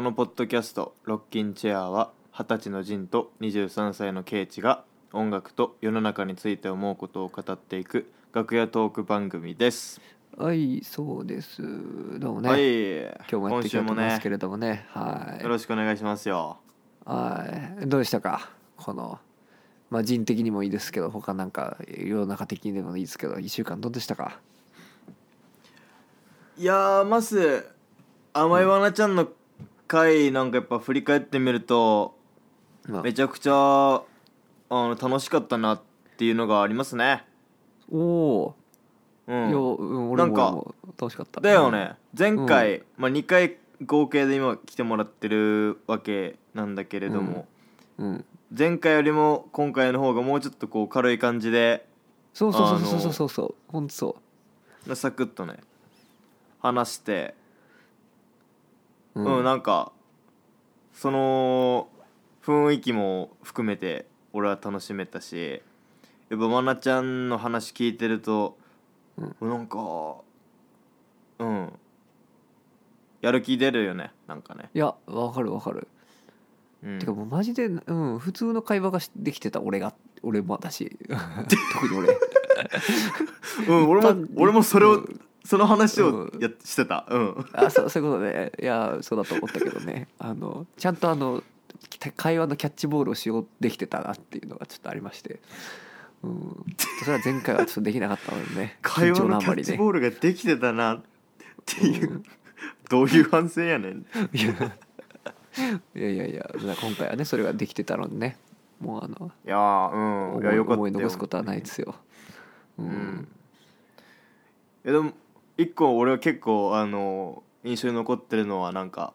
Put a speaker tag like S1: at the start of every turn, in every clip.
S1: のポッドキャスト「ロッキンチェア」は二十歳のジンと23歳のケイチが音楽と世の中について思うことを語っていく楽屋トーク番組です、
S2: はい、そうです。どうもね、
S1: はい
S2: 今日もやっていきたいと思いますけ
S1: 今
S2: れどもね、は
S1: 週もねよ
S2: い、
S1: ろしくお願いしますよ
S2: はい、どうでしたか、この。まあ、人的にもいいですけど、他なんか世の中的にでもいいですけど、一週間どうでしたか。
S1: いやーまず甘いわなちゃんの回なんかやっぱ振り返ってみると
S2: まあ
S1: めちゃくちゃあの楽しかったなっていうのがありますね
S2: おお、
S1: う
S2: うんん、よ、うん、俺も
S1: なんか
S2: 俺も楽しかった。
S1: だよね前回、まあ、2回合計で今来てもらってるわけなんだけれども、
S2: うん。うん。
S1: 前回よりも今回の方がもうちょっとこう軽い感じで
S2: そうそうそうそうそうそう、本当そ
S1: サクッとね話して
S2: う。
S1: う、
S2: うん
S1: なんかその雰囲気も含めて俺は楽しめたしやっぱ愛菜ちゃんの話聞いてると、なんかうんやる気出るよねなんかね、
S2: いや、わかるわかる。
S1: うん、
S2: てかもうマジで、うん、普通の会話がしできてた俺が俺もだし特に俺
S1: うん、俺も
S2: 一般
S1: 俺もそれを、
S2: うん
S1: その話を
S2: うん
S1: やっしてたうん
S2: あそうそういうことねいやそうだと思ったけどねあのちゃんとあのき会話のキャッチボールをしようできてたなっていうのがちょっとありまして、うん、ちょっとそれは前回はちょっとできなかったのでね
S1: 会話
S2: 緊張
S1: の
S2: あ
S1: キ
S2: ま
S1: ャッ
S2: り
S1: チ
S2: ね
S1: ボールができてたなっていう、どういう反省やねん
S2: いやいやいやいや今回はねそれができてたのでねもうあの
S1: いやーうんいやよかったよ
S2: 思い残すことはないですよ。う
S1: うんん、いやでも一個俺は結構あの印象に残ってるのはなんか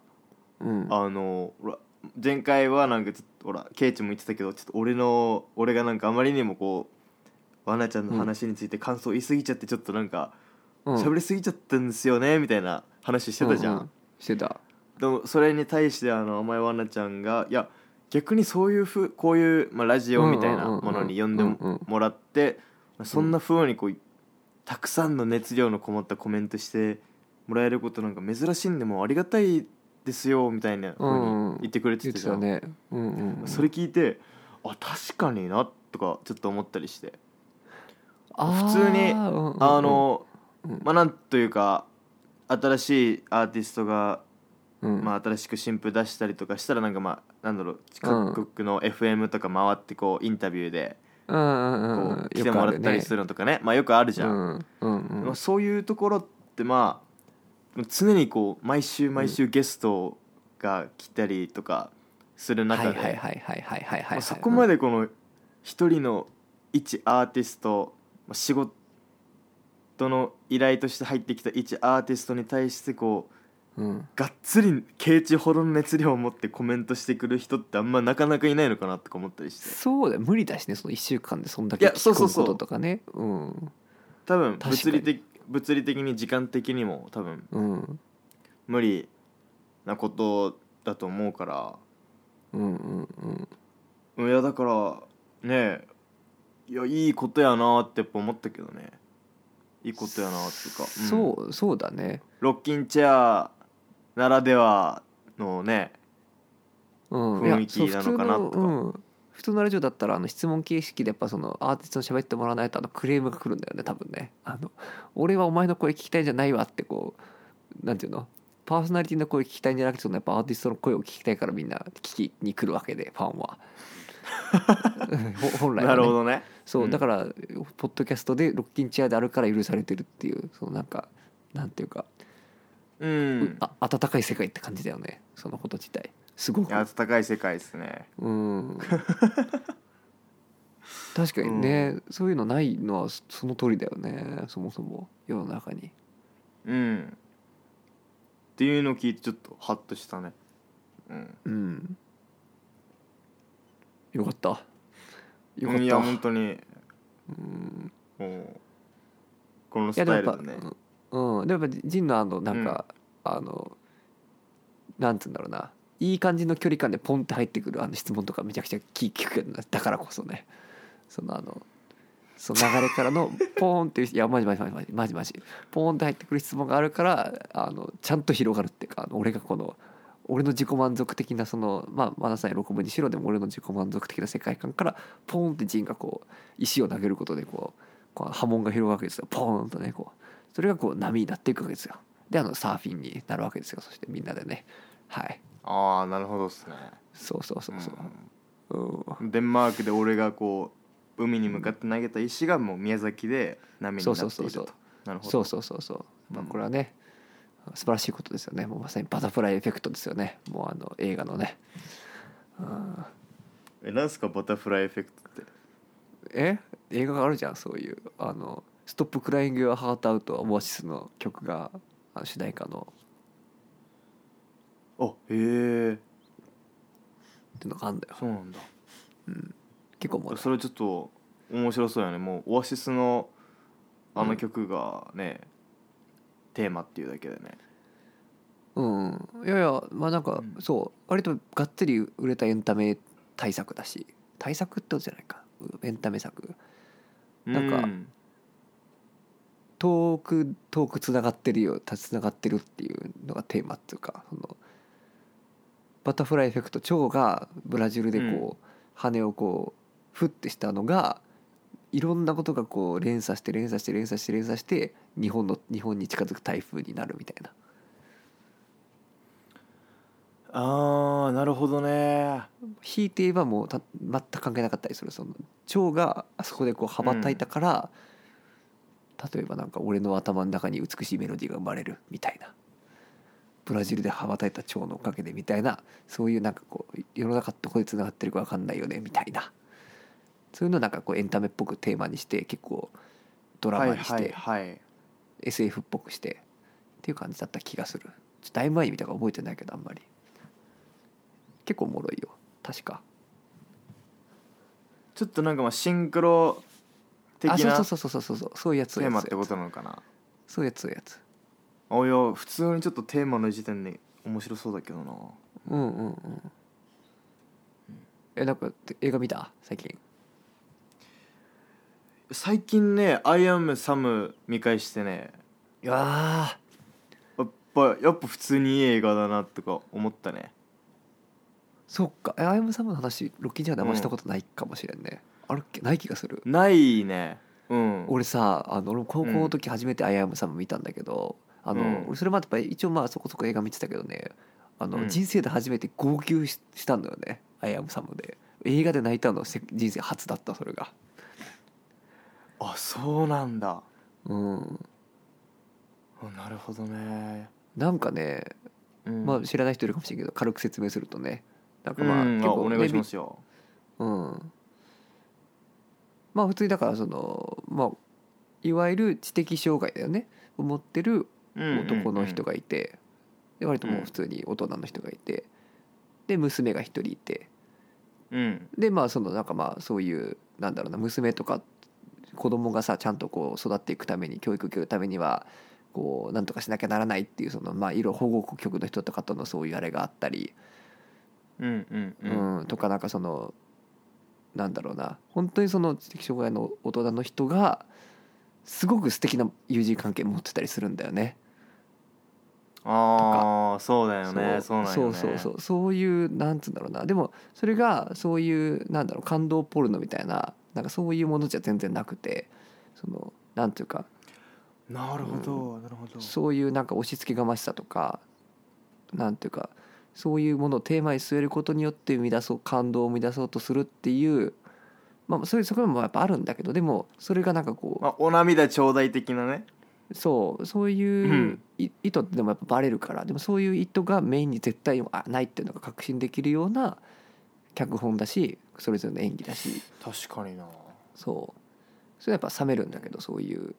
S2: うん、
S1: あのほら前回はなんかちょっとほらケイチも言ってたけどちょっと俺の俺がなんかあまりにもこうわなちゃんの話について感想言いすぎちゃってちょっとなんか
S2: うん
S1: 喋りすぎちゃったんですよねみたいな話してたじゃん、
S2: ううしてた
S1: でもそれに対してあの甘えわなちゃんがいや逆にそういうふうこういう、まあ、ラジオみたいな
S2: うんうんうんうん
S1: ものに呼んで
S2: うんうん
S1: ももらってまあそんなふうにこうたくさんの熱量のこもったコメントしてもらえることなんか珍しいんでもうありがたいですよみたいなふ
S2: う
S1: う
S2: んうん
S1: に言ってくれて
S2: 言ったて
S1: じゃ
S2: た
S1: ん、
S2: ねうんうんうん
S1: それ聞いてあ確かになとかちょっと思ったりして、
S2: あー
S1: 普通に
S2: うんうんうん
S1: あの、
S2: うん
S1: まあなんというか新しいアーティストが
S2: うん
S1: まあ、新しく新譜出したりとかしたらなんかまあなんだろう
S2: うん
S1: 各国の FM とか回ってこうインタビューで
S2: うんうんう
S1: こ
S2: んうん
S1: う来てもらったりするのとかねまあよくあるじゃ、
S2: うんんうんうん
S1: まあ、そういうところってまあ常にこう毎週毎週ゲストが来たりとかする
S2: はいは
S1: 中
S2: いはい
S1: で
S2: はいはいはいはい
S1: ま
S2: は
S1: あ
S2: い
S1: そこまでこの一人の一アーティストまあ仕事の依頼として入ってきた一アーティストに対してこう
S2: うん
S1: がっつりケイチほどの熱量を持ってコメントしてくる人ってあんまなかなかいないのかなとか思ったりして
S2: そうだよ無理だしねその1週間でそんだけ
S1: いやそう
S2: 聞
S1: そう
S2: く
S1: そう
S2: こととかねうん
S1: 多分
S2: 確かに
S1: 物理的物理的に時間的にも多分
S2: うん
S1: 無理なことだと思うから
S2: うんうんうん
S1: うんいやだからねえいやいいことやなってやっぱ思ったけどねいいことやなっていうか、うん
S2: そうそうだね
S1: ロッキンチェアならではのね
S2: うん
S1: 雰囲気なのかなとか
S2: いやそう普通のうん普通のラジオだったらあの質問形式でやっぱそのアーティストに喋ってもらわないとあのクレームが来るんだよね多分ねあの俺はお前の声聞きたいんじゃないわってこうなんていうのパーソナリティの声聞きたいんじゃなくてそのやっぱアーティストの声を聞きたいからみんな聞きに来るわけでファン はほ本来は、ね、
S1: なるほどね
S2: そう、
S1: うん
S2: だからポッドキャストでロッキンチェアであるから許されてるっていうそのなんかなんていうか、
S1: う
S2: うんあ温かい世界って感じだよねそのこと自体すご
S1: い
S2: く
S1: や暖かい世界ですね
S2: うん確かにね、そういうのないのはそその通りだよねそもそも世の中に
S1: うんっていうのを聞いてちょっとハッとしたねうん
S2: うんよかったよかった
S1: いや本当に
S2: うん
S1: もうこの
S2: い
S1: ス
S2: やでも
S1: タイル
S2: やっぱ、
S1: でね
S2: うんうんでもやっぱジンのあのなんか、あのなんつうんだろうないい感じの距離感でポンって入ってくるあの質問とかめちゃくちゃ聞聞くけどなだからこそねそのあのその流れからのポーンっていういやマジマジマジマジマジマジポーンって入ってくる質問があるからあのちゃんと広がるっていうかあの俺がこの俺の自己満足的なそのまあ真田さん喜ぶにしろでも俺の自己満足的な世界観からポーンってジンがこう石を投げることでこうこう波紋が広がるわけですよポーンとねこうそれがこう波になっていくわけですよであのサーフィンになるわけですよそしてみんなでねはい
S1: ああなるほどっすね
S2: そうそうそうそう、うん
S1: うんデンマークで俺がこう海に向かって投げた石がもう宮崎で波になっていると
S2: そうそうそうそ
S1: なるほど
S2: そうそうそうそう、まあ、
S1: うん
S2: これはね素晴らしいことですよねもうまさにバタフライエフェクトですよねもうあの映画のね、うん、
S1: えなんすかバタフライエフェクトって
S2: え映画があるじゃんそういうあの「ストップ・クライング・ヨア・ハート・アウト」オアシスの曲があの主題歌の
S1: あへえ
S2: っていうのがあるんだよ
S1: そうなんだ
S2: 結構もう
S1: それちょっと面白そうやねもうオアシスのあの曲がね、テーマっていうだけでね
S2: うんいやいやまあなんか、
S1: うん
S2: そう割とがっつり売れたエンタメ対策だし対策ってことじゃないかエンタメ作なん
S1: う
S2: か遠く遠くつながってるよつながってるっていうのがテーマっていうかそのバタフライエフェクト蝶がブラジルでこう、羽をこうふってしたのがいろんなことがこう連鎖して連鎖して連鎖して連鎖して日本の日本に近づく台風になるみたいな
S1: あーなるほどね
S2: 引いて言えばもうた全く関係なかったりするその蝶があそこでこう羽ばたいたから、例えばなんか俺の頭の中に美しいメロディーが生まれるみたいなブラジルで羽ばたいた蝶のおかげでみたいなそういうなんかこう世の中どこでつながってるか分かんないよねみたいなそういうのをなんかこうエンタメっぽくテーマにして結構ドラ
S1: は
S2: マ
S1: い
S2: にして、
S1: はいはい
S2: SF っぽくしてっていう感じだった気がするちょっとだいぶ前に見たから覚えてないけどあんまり結構おもろいよ確か。
S1: ちょっとなんかまあシンクロ的な
S2: あ
S1: テ
S2: そうそうそうそうそうそうそういうやつそうい
S1: ー
S2: う
S1: マ
S2: や
S1: っ
S2: つ
S1: てことなのかな
S2: そういうやつそういうやつ
S1: あいや普通にちょっとテーマの時点で面白そうだけどな
S2: うんうんうんえなんか映画見た最近
S1: 最近ね「アイアムサム」見返してね
S2: いや
S1: やっぱやっぱ普通にいい映画だなとか思ったね
S2: そっかえアイムサムの話ロッキンジャーであんま
S1: うん
S2: したことないかもしれんね、あるっけない気がする
S1: ないねうん
S2: 俺さあの俺も高校の時初めて「アイアムサム」見たんだけど、あの
S1: うん
S2: 俺それまでやっぱり一応まあそこそこ映画見てたけどねあの、
S1: うん
S2: 人生で初めて号泣ししたんだよね「アイアムサム」で映画で泣いたのせ人生初だったそれが
S1: あそうなんだ
S2: うん
S1: あなるほどね、
S2: なんかね
S1: うん
S2: まあ、知らない人いるかもしれないけど軽く説明するとねなんか
S1: うん
S2: まあ
S1: あ
S2: 結構
S1: お
S2: ね
S1: 願いしますよ
S2: うん、まあ普通にだからそのまあいわゆる知的障害だよねを持ってる男の人
S1: が
S2: がいて、で割ともう普通に大人の人がいてで娘が一人いて
S1: うん
S2: でまあそのなんかまあそういうなんだろうな娘とか子供がさちゃんとこう育っていくために教育を受けるためにはこうなんとかしなきゃならないっていうそのまあいろいろ保護局の人とかとのそういうあれがあったり
S1: うんうんうん
S2: うん、とかなんかそのなんだろうな本当にその知的障害の大人の人がすごく素敵な友人関係持ってたりするんだよね。
S1: ああそうだよねそうなんよ
S2: そ
S1: ね
S2: うそうそうそういうなんつうんだろうなでもそれがそういうなんだろう感動ポルノみたいななんかそういうものじゃ全然なくてそのなんていうか
S1: なるほどなるほど
S2: そういうなんか押し付けがましさとかなんていうかそういうものをテーマに据えることによって生み出そう感動を生み出そうとするっていうまあそれそこもやっぱあるんだけどでもそれがなんかこう、
S1: まあお涙頂戴的なね
S2: そうそう
S1: う
S2: いうんい意図ってでもやっぱバレるからでもそういう意図がメインに絶対あないっていうのが確信できるような脚本だしそれぞれの演技だし
S1: 確かにな
S2: そうそれはやっぱ冷めるんだけどそういう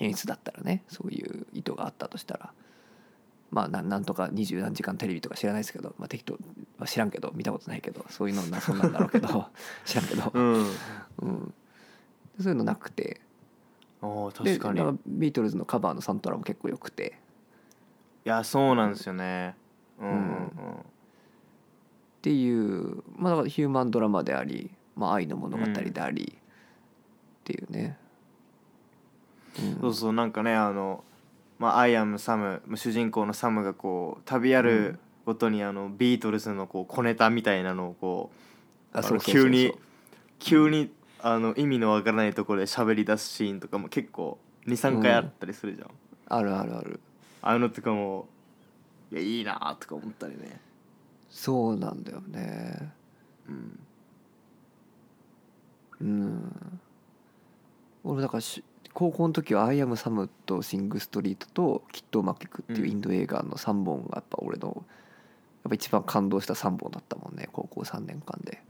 S2: 演出だったらねそういう意図があったとしたらまあなんなんとか二十何時間テレビとか知らないですけど、まあ、適当、まあ、知らんけど見たことないけどそういうのなそんなんだろうけど 知らんけど、
S1: うん
S2: うん、そういうのなくて
S1: ああ確
S2: で
S1: かに
S2: ないんかビートルズのカバーのサントラも結構良くて
S1: やそうなんですよねうんうん
S2: っていう、まあ、だからヒューマンドラマであり、まあ、愛の物語であり、っていうね。
S1: うんそうそうなんかねあのまあアイアムサム主人公のサムがこう旅あ
S2: うん
S1: るごとにあのビートルズのこう小ネタみたいなのをこう
S2: あ
S1: あ
S2: そう
S1: の
S2: そうそうそ
S1: 急
S2: う
S1: に急にあの意味のわからないところで喋り出すシーンとかも結構
S2: うん
S1: 23回あったりするじゃん、
S2: あるあるある
S1: ああいうのとかもいやいいなとか思ったりね
S2: そうなんだよね
S1: うん
S2: うん俺だからし高校の時は「アイ・アム・サム」と「シング・ストリート」と「きっとうまくいく」っていううんインド映画の3本がやっぱ俺のやっぱ一番感動した3本だったもんね高校3年間で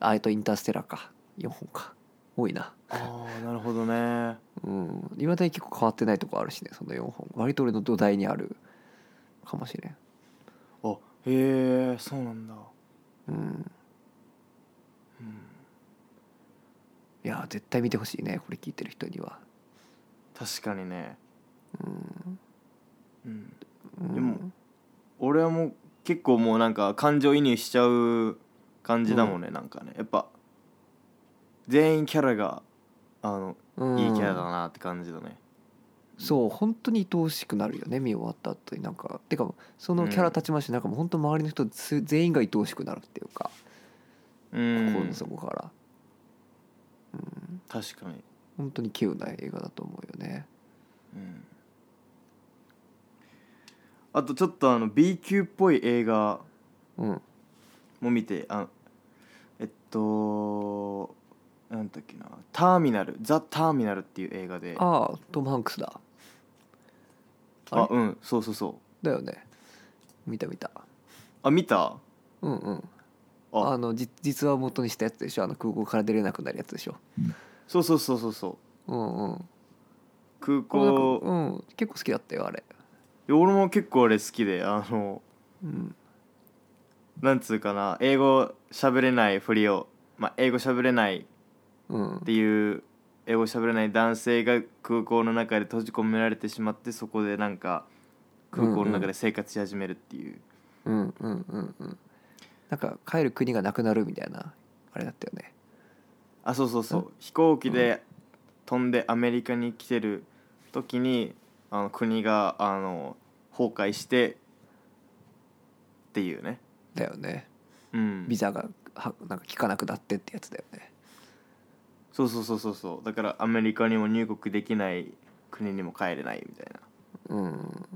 S2: あえと「インターステラー」か4本か多いな
S1: ああなるほどね
S2: うんいまだに結構変わってないとこあるしねその4本割と俺の土台にあるかもしれん
S1: あへえそうなんだ、
S2: うん
S1: うん、
S2: いや絶対見てほしいねこれ聞いてる人には
S1: 確かにね、
S2: うん、
S1: うん、
S2: うん
S1: でも俺はもう結構もうなんか感情移入しちゃう感じだもんね、なんかねやっぱ全員キャラがあの
S2: うん
S1: いいキャラだなって感じだね、
S2: そう本当に愛おしくなるよね見終わった後になんかてかそのキャラたちましてなんかもう本当周りの人す全員が愛おしくなるっていうか、
S1: うん、
S2: 心の底から、うん、
S1: 確かに、
S2: 本当に稀有な映画だと思うよね
S1: うん、あとちょっとあの B 級っぽい映画
S2: うん
S1: も見てあえっとなんだっけな「ターミナル」「ザ・ターミナル」っていう映画であ
S2: ああトム・ハンクスだあれ
S1: うんそうそうそう
S2: だよね見た見た
S1: あ見た
S2: うんうん
S1: あ
S2: あのじ実話を元にしたやつでしょあの空港から出れなくなるやつでしょ
S1: そうそうそうそうそう
S2: うんうん
S1: 空
S2: これなん
S1: 港
S2: かうん結構好きだったよあれ
S1: いや俺も結構あれ好きであの
S2: うん
S1: なんつうかな英語喋れないふりを、まあ、英語喋れないっ
S2: うん
S1: ていう英語喋れない男性が空港の中で閉じ込められてしまってそこでなんか空港の中で生活し始めるっていう、
S2: うんうんうんうんなんか帰る国がなくなるみたいなあれだったよね
S1: あそうそうそう
S2: う
S1: 飛行機で飛んでアメリカに来てる時にあの国があの崩壊してっていうね、
S2: だよね
S1: うん
S2: ビ、ザがはなんか効かなくなってってやつだよね
S1: そうそうそうそうそうだからアメリカにも入国できない国にも帰れないみたいな
S2: うん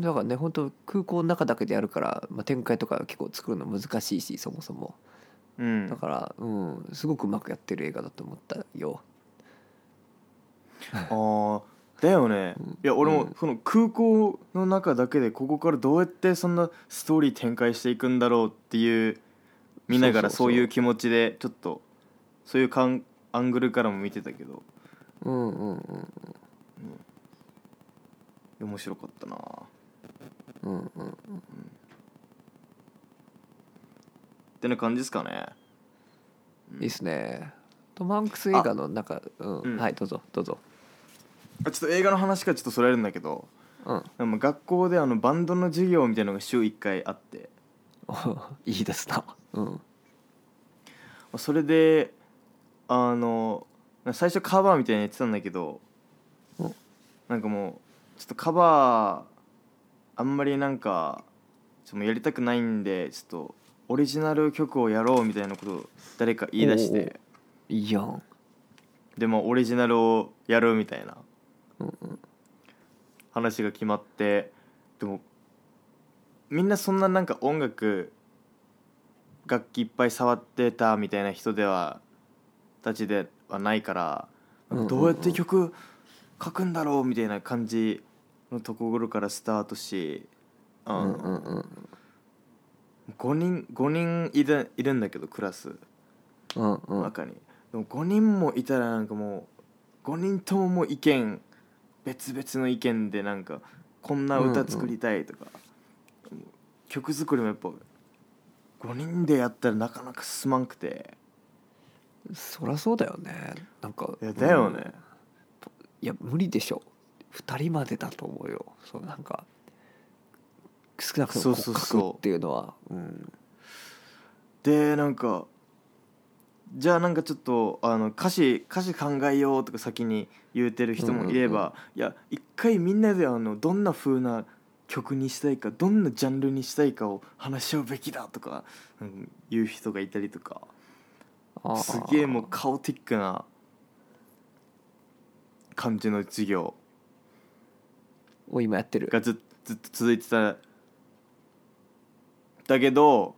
S2: だからね本当空港の中だけでやるから、まあ、展開とか結構作るの難しいしそもそも
S1: うん
S2: だからうんすごくうまくやってる映画だと思ったよ
S1: ああだよね
S2: うん
S1: いや俺
S2: う
S1: も
S2: ん
S1: その空港の中だけでここからどうやってそんなストーリー展開していくんだろうっていう見ながら
S2: そうそうそう
S1: そういう気持ちでちょっとそういうかんアングルからも見てたけど
S2: うんうんうん
S1: 面白かったな
S2: うんうんうん
S1: ってな感じですかね
S2: いいっすねトム・ハンクス映画の中うん、
S1: うん
S2: はいどうぞどうぞ
S1: あちょっと映画の話からちょっとそれるんだけど
S2: うん
S1: でも学校であのバンドの授業みたいなのが週1回あって
S2: いいですなうん
S1: それであの最初カバーみたいなのやってたんだけど
S2: うん
S1: なんかもうちょっとカバーあんまりなんかちょっともうやりたくないんでちょっとオリジナル曲をやろうみたいなことを誰か言い出し
S2: おうお
S1: て
S2: いいやん
S1: でもオリジナルをやるみたいな
S2: うんうん
S1: 話が決まってでもみんなそんななんか音楽楽器いっぱい触ってたみたいな人ではたちではないから
S2: うんうんうん
S1: どうやって曲書くんだろうみたいな感じのところからスタートしあ
S2: うん
S1: の
S2: うんうん
S1: 5人5人いるいるんだけどクラス
S2: うん
S1: の
S2: うん
S1: 中に、でも5人もいたらなんかもう5人とももう意見別々の意見でなんかこんな歌作りたいとか、曲作りもやっぱ5人でやったらなかなか進まんくて
S2: そりゃそうだよねなんか
S1: いやだよね、
S2: うんいや無理でしょ2人までだと思うよそうなんか少なくとも
S1: そうそう
S2: 骨
S1: そう
S2: 格っていうのはうん
S1: でなんかじゃあなんかちょっとあの歌詞歌詞考えようとか先に言うてる人もいれば、いや一回みんなであのどんな風な曲にしたいかどんなジャンルにしたいかを話し合うべきだとか、うん、言う人がいたりとか
S2: あー
S1: すげえもうカオティックな感じの授業
S2: を今やってる
S1: がずずっと続いてただけど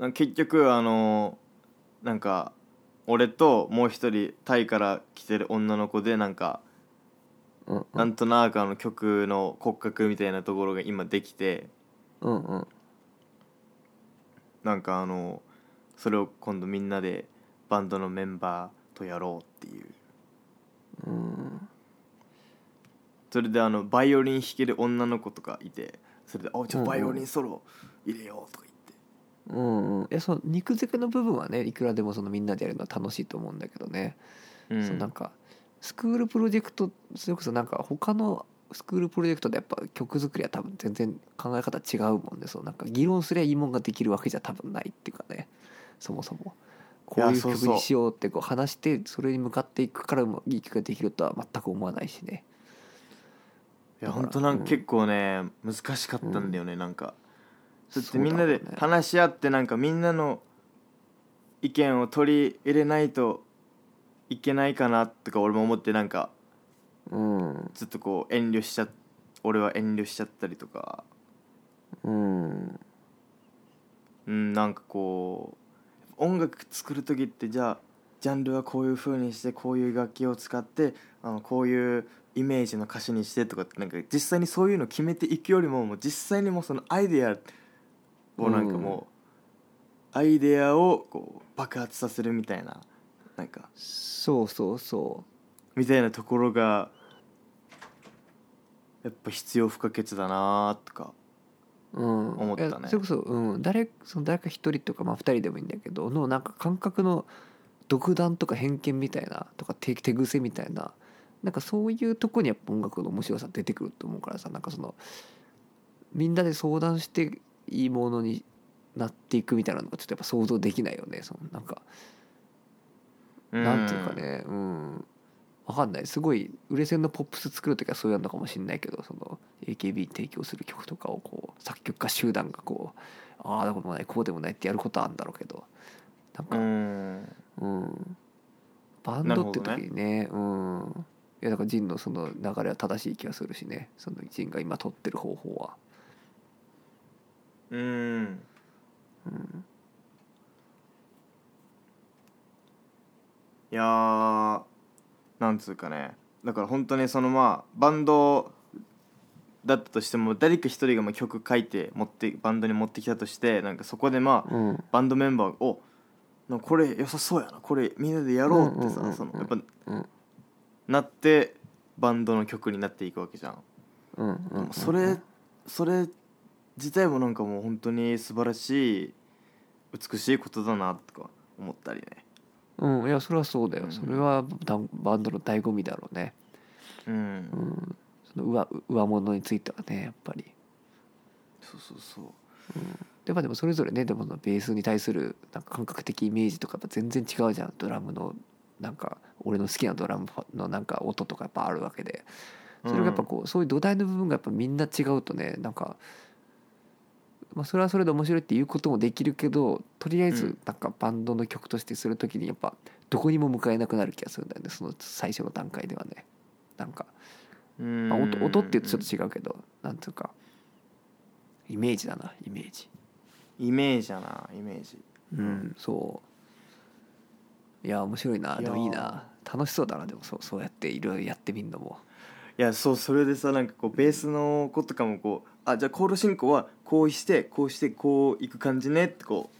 S1: あ結局あのなんか俺ともう一人タイから来てる女の子でなんか
S2: うんう
S1: なんんとなくあの曲の骨格みたいなところが今できて
S2: うんうん
S1: なんかあのそれを今度みんなでバンドのメンバーとやろうっていう
S2: うん
S1: それであのバイオリン弾ける女の子とかいてそれで「あちょっとバイオリンソロ入れよう」とか言って
S2: うんうんいやその肉付けの部分はねいくらでもそのみんなでやるのは楽しいと思うんだけどね、
S1: うん
S2: そのなんかスクールプロジェクトそれこそなんか他のスクールプロジェクトでやっぱ曲作りは多分全然考え方違うもんでそうなんか議論すりゃいいもんができるわけじゃ多分ないっていうかねそもそもこういう
S1: そう
S2: 曲
S1: そう
S2: にしようってこう話してそれに向かっていくからいい曲ができるとは全く思わないしね
S1: い
S2: だ
S1: や
S2: から
S1: 本当なん
S2: う
S1: か
S2: ん
S1: 結構ね、難しかったんだよね、なんかだって
S2: そうだ
S1: み
S2: ろ
S1: ん
S2: う
S1: なで
S2: ね
S1: 話し合ってなんかみんなの意見を取り入れないといけないかなとか俺も思ってなんか
S2: うん
S1: ずっとこう遠慮しちゃ俺は遠慮しちゃったりとか
S2: うん
S1: うんなんかこう音楽作る時ってじゃあジャンルはこういう風にしてこういう楽器を使ってあのこういうイメージの歌詞にしてとかってなんか実際にそういうの決めていくよりももう実際にもうそのアイデアをなんかもう、アイデアをこう爆発させるみたいななんか
S2: そうそうそ
S1: みたいなところがやっぱ必要不可欠だなとか
S2: う、うん、
S1: 思ったね
S2: いやそれこそ,、うん、誰その誰か一人とか、まあ、二人でもいいんだけどのなんか感覚の独断とか偏見みたいなとか手手癖みたいななんかそういうとこにやっぱ音楽の面白さ出てくると思うからさなんかそのみんなで相談していいものになっていくみたいなのがちょっとやっぱ想像できないよねそのなんかなんていうかねうんわかんないすごい売れ線のポップス作る時はそういうのかもしれないけどその AKB に提供する曲とかをこう作曲家集団がこうああでもないこうでもないってやることはあるんだろうけどなん
S1: う
S2: か、
S1: ん
S2: うん、バンドって時にねうんいやだからジンのその流れは正しい気がするしねそのジンが今取ってる方法は。
S1: うん
S2: うん
S1: いやーなんつうかねだから本当にそのまあバンドだったとしても誰か一人がまあ曲書いて持ってバンドに持ってきたとしてなんかそこでまあ
S2: うん
S1: バンドメンバーが「おなんかこれ良さそうやなこれみんなでやろう」って
S2: うんうんう
S1: さ
S2: んうん
S1: そのやっぱ
S2: うん
S1: なってバンドの曲になっていくわけじゃん。
S2: うん
S1: で
S2: うん
S1: もそれそれ自体もなんかもう本当に素晴らしい美しいことだなとか思ったりね。
S2: うんいやそれはそうだよ、
S1: うん
S2: それはだバンドの醍醐味だろうね
S1: う、
S2: うんん、その上上物についてはねやっぱり
S1: そうそうそう
S2: で,、まあ、でもそれぞれねでもそのベースに対するなんか感覚的イメージとかやっぱ全然違うじゃんドラムのなんか俺の好きなドラムのなんか音とかやっぱあるわけでそれがやっぱこうそういう土台の部分がやっぱみんな違うとねなんか、まあ、それはそれで面白いっていうこともできるけどとりあえ
S1: う
S2: ず
S1: ん
S2: なんかバンドの曲としてする時にやっぱどこにも向かえなくなる気がするんだよねその最初の段階ではね。なんか
S1: うん
S2: まあ、音音って言うとちょっと違うけどなんつうかイメージだなイメージ
S1: イメージやなイメージ
S2: うん、
S1: うん
S2: そういや面白いない
S1: やー
S2: でもいいな楽しそうだなでもそうそうやっていろいろやってみんのも
S1: いやそうそれでさなんかこうベースの子とかもこうあじゃあコード進行はこうしてこうしてこういく感じねってこ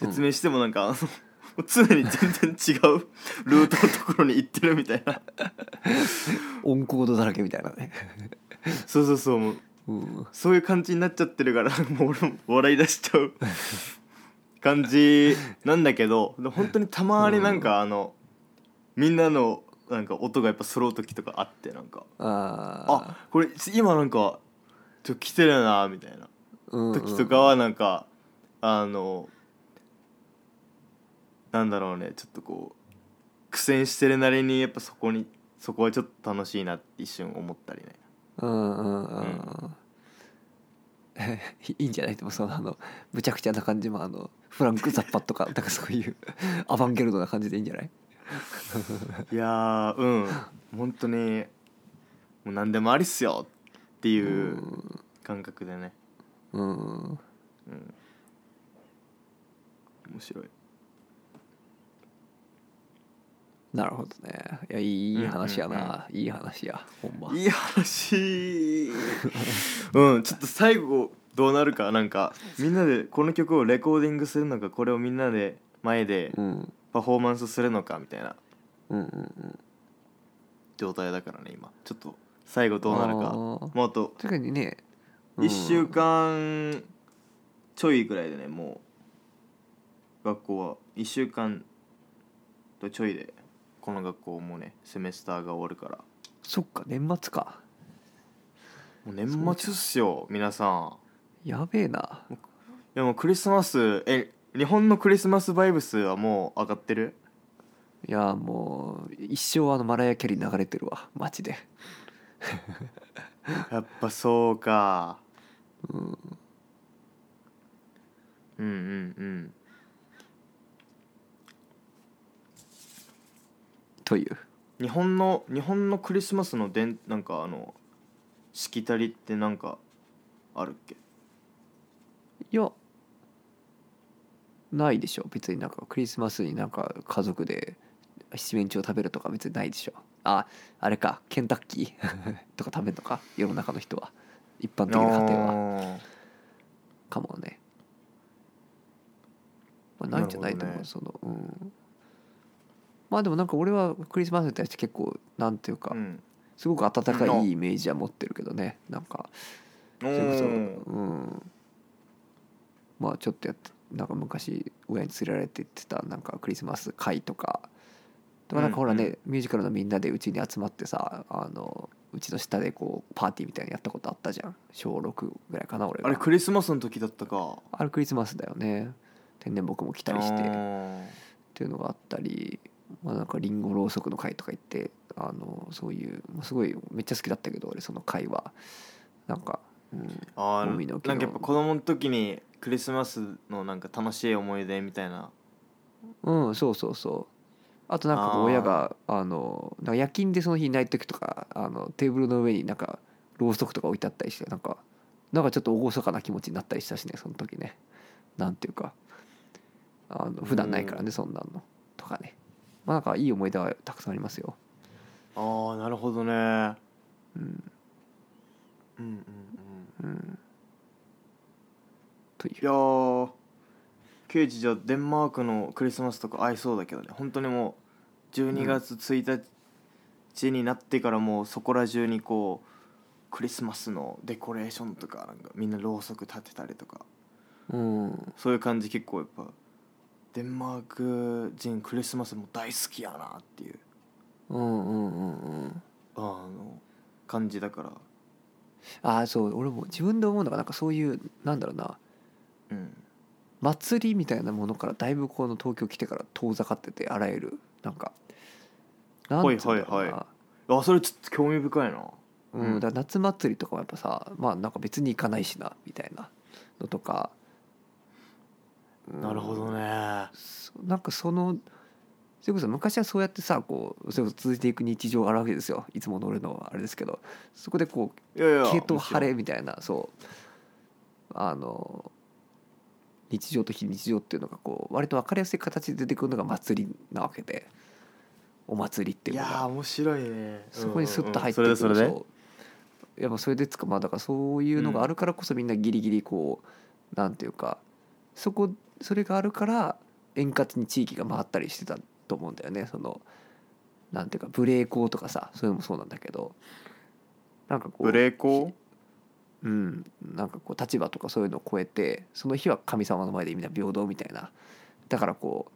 S1: う説明してもなん か、あの常に全然違うルートのところに行ってるみたいな
S2: オンコードだらけみたいなね、
S1: そうそうそうもう
S2: うん、
S1: そういう感じになっちゃってるから もう俺も笑い出しちゃう感じなんだけどでも本当にたまになんかあの、みんなのなんか音がやっぱ揃う時とかあってなんか
S2: あー
S1: あこれ今なんかちょっと来てるなみたいな
S2: うんうん
S1: 時とかはなんか、あのなんだろうねちょっとこう苦戦してるなりにやっぱそこにそこはちょっと楽しいなって一瞬思ったりね
S2: うんうん う
S1: うん
S2: いいんじゃないでもそのあのむちゃくちゃな感じもあのフランク・ザッパとかなんかそういうアバンギャルドな感じでいいんじゃない
S1: いやーうん本当にもう何でもありっすよっていううん感覚でね、
S2: うん
S1: うん、面白い
S2: なるほどねいやいい話や
S1: うん
S2: な、いい話やほんま
S1: いい話うんちょっと最後どうなるかなんかみんなでこの曲をレコーディングするのかこれをみんなで前で
S2: うん
S1: パフォーマンスするのかみたいな
S2: うんうんうん
S1: 状態だからね今ちょっと最後どうなる
S2: あ
S1: か
S2: ー
S1: もうあと
S2: 確かにね
S1: 1週間ちょいぐらいでねもう学校は1週間とちょいでこの学校もねセメスターが終わるから
S2: そっか年末か
S1: もう年末っすよ皆さん
S2: やべえない
S1: やもうクリスマスえ日本のクリスマスバイブスはもう上がって る
S2: いやもう一生あのマライア・キャリー流れてるわマジで
S1: やっぱそうか
S2: うん
S1: うんうんうん
S2: という
S1: 日本の日本のクリスマスのでんなんかあのしきたりってなんかあるっけ
S2: いやないでしょ別になんかクリスマスになんか家族で七面鳥を食べるとか別にないでしょああれかケンタッキー とか食べるのか世の中の人は一般的な家庭は
S1: は
S2: かもね、まあ、ないんじゃないと思う、
S1: なる
S2: そのうんまあでもなんか俺はクリスマスに対して結構なんていうか、
S1: うん
S2: すごく温か
S1: うん
S2: いイメージは持ってるけどねなんか
S1: お
S2: それこそ、う
S1: ー
S2: ん、まあちょっとやってなんか昔親に連れられて行ってたなんかクリスマス会とかとかなんかほらね、
S1: うん
S2: ミュージカルのみんなでうちに集まってさあのうちの下でこうパーティーみたいなのやったことあったじゃん小6ぐらいかな俺が
S1: あれクリスマスの時だったか
S2: あれクリスマスだよね天然木も来たりしてっていうのがあったり、まあ、なんかリンゴろうそくの会とか行ってあのそういうもうすごいめっちゃ好きだったけど俺その会はなんか、うん、
S1: あー
S2: 海の
S1: なん
S2: 沖
S1: か
S2: の
S1: やっぱ子供の時にクリスマスのなんか楽しい思い出みたいな
S2: うんそうそうそうあとなんかこう
S1: あー
S2: 親があのなんか夜勤でその日いない時とかあのテーブルの上になんかろうそくとか置いてあったりしてなんかなんかちょっと厳かな気持ちになったりしたしねその時ねなんていうかあの普段ないからねそんなんのとかねまあなんかいい思い出はたくさんありますよ
S1: あーなるほどねうん
S2: う
S1: う
S2: ん
S1: んうん
S2: うんとい
S1: いうやーケイジじゃあデンマークのクリスマスとか合いそうだけどね本当にもう12月1日になってからもうそこら中にこうクリスマスのデコレーションとかなんかみんなろうそく立てたりとか
S2: うん
S1: そういう感じ結構やっぱデンマーク人クリスマスも大好きやなっていう
S2: うんうんうんうん
S1: あの感じだから
S2: ああそう俺も自分で思うのがなんかそういうなんだろうな
S1: うん
S2: 祭りみたいなものからだいぶこの東京来てから遠ざかっててあらゆるなんかなんてうんだろうな
S1: はいはいはあそれちょっと興味深いな
S2: うん、だから夏祭りとかもやっぱさまあなんか別に行かないしなみたいなのとか、うん
S1: なるほどね
S2: そなんかそのそれこそ昔はそうやってさこうそれこそ続いていく日常があるわけですよいつもの俺のあれですけどそこでこう
S1: いやいや
S2: 系統晴れ
S1: も
S2: みたいなそうあの日常と非日常っていうのがこう割と分かりやすい形で出てくるのが祭りなわけでお祭りって
S1: ちろん
S2: い
S1: いうや
S2: の
S1: ー
S2: が
S1: 面白いね
S2: そこにスッと入って
S1: く
S2: く
S1: る
S2: る
S1: それでそれで
S2: そういやまあそれでつかまあだからそういうのがあるからこそみんなギリギリこうなんていうかそこそれがあるから円滑に地域が回ったりしてたと思うんだよねそのなんていうか無礼講とかさそういうのもそうなんだけどなんかこう
S1: ブレーコ
S2: うん、なんかこう立場とかそういうのを超えてその日は神様の前でみんな平等みたいなだからこ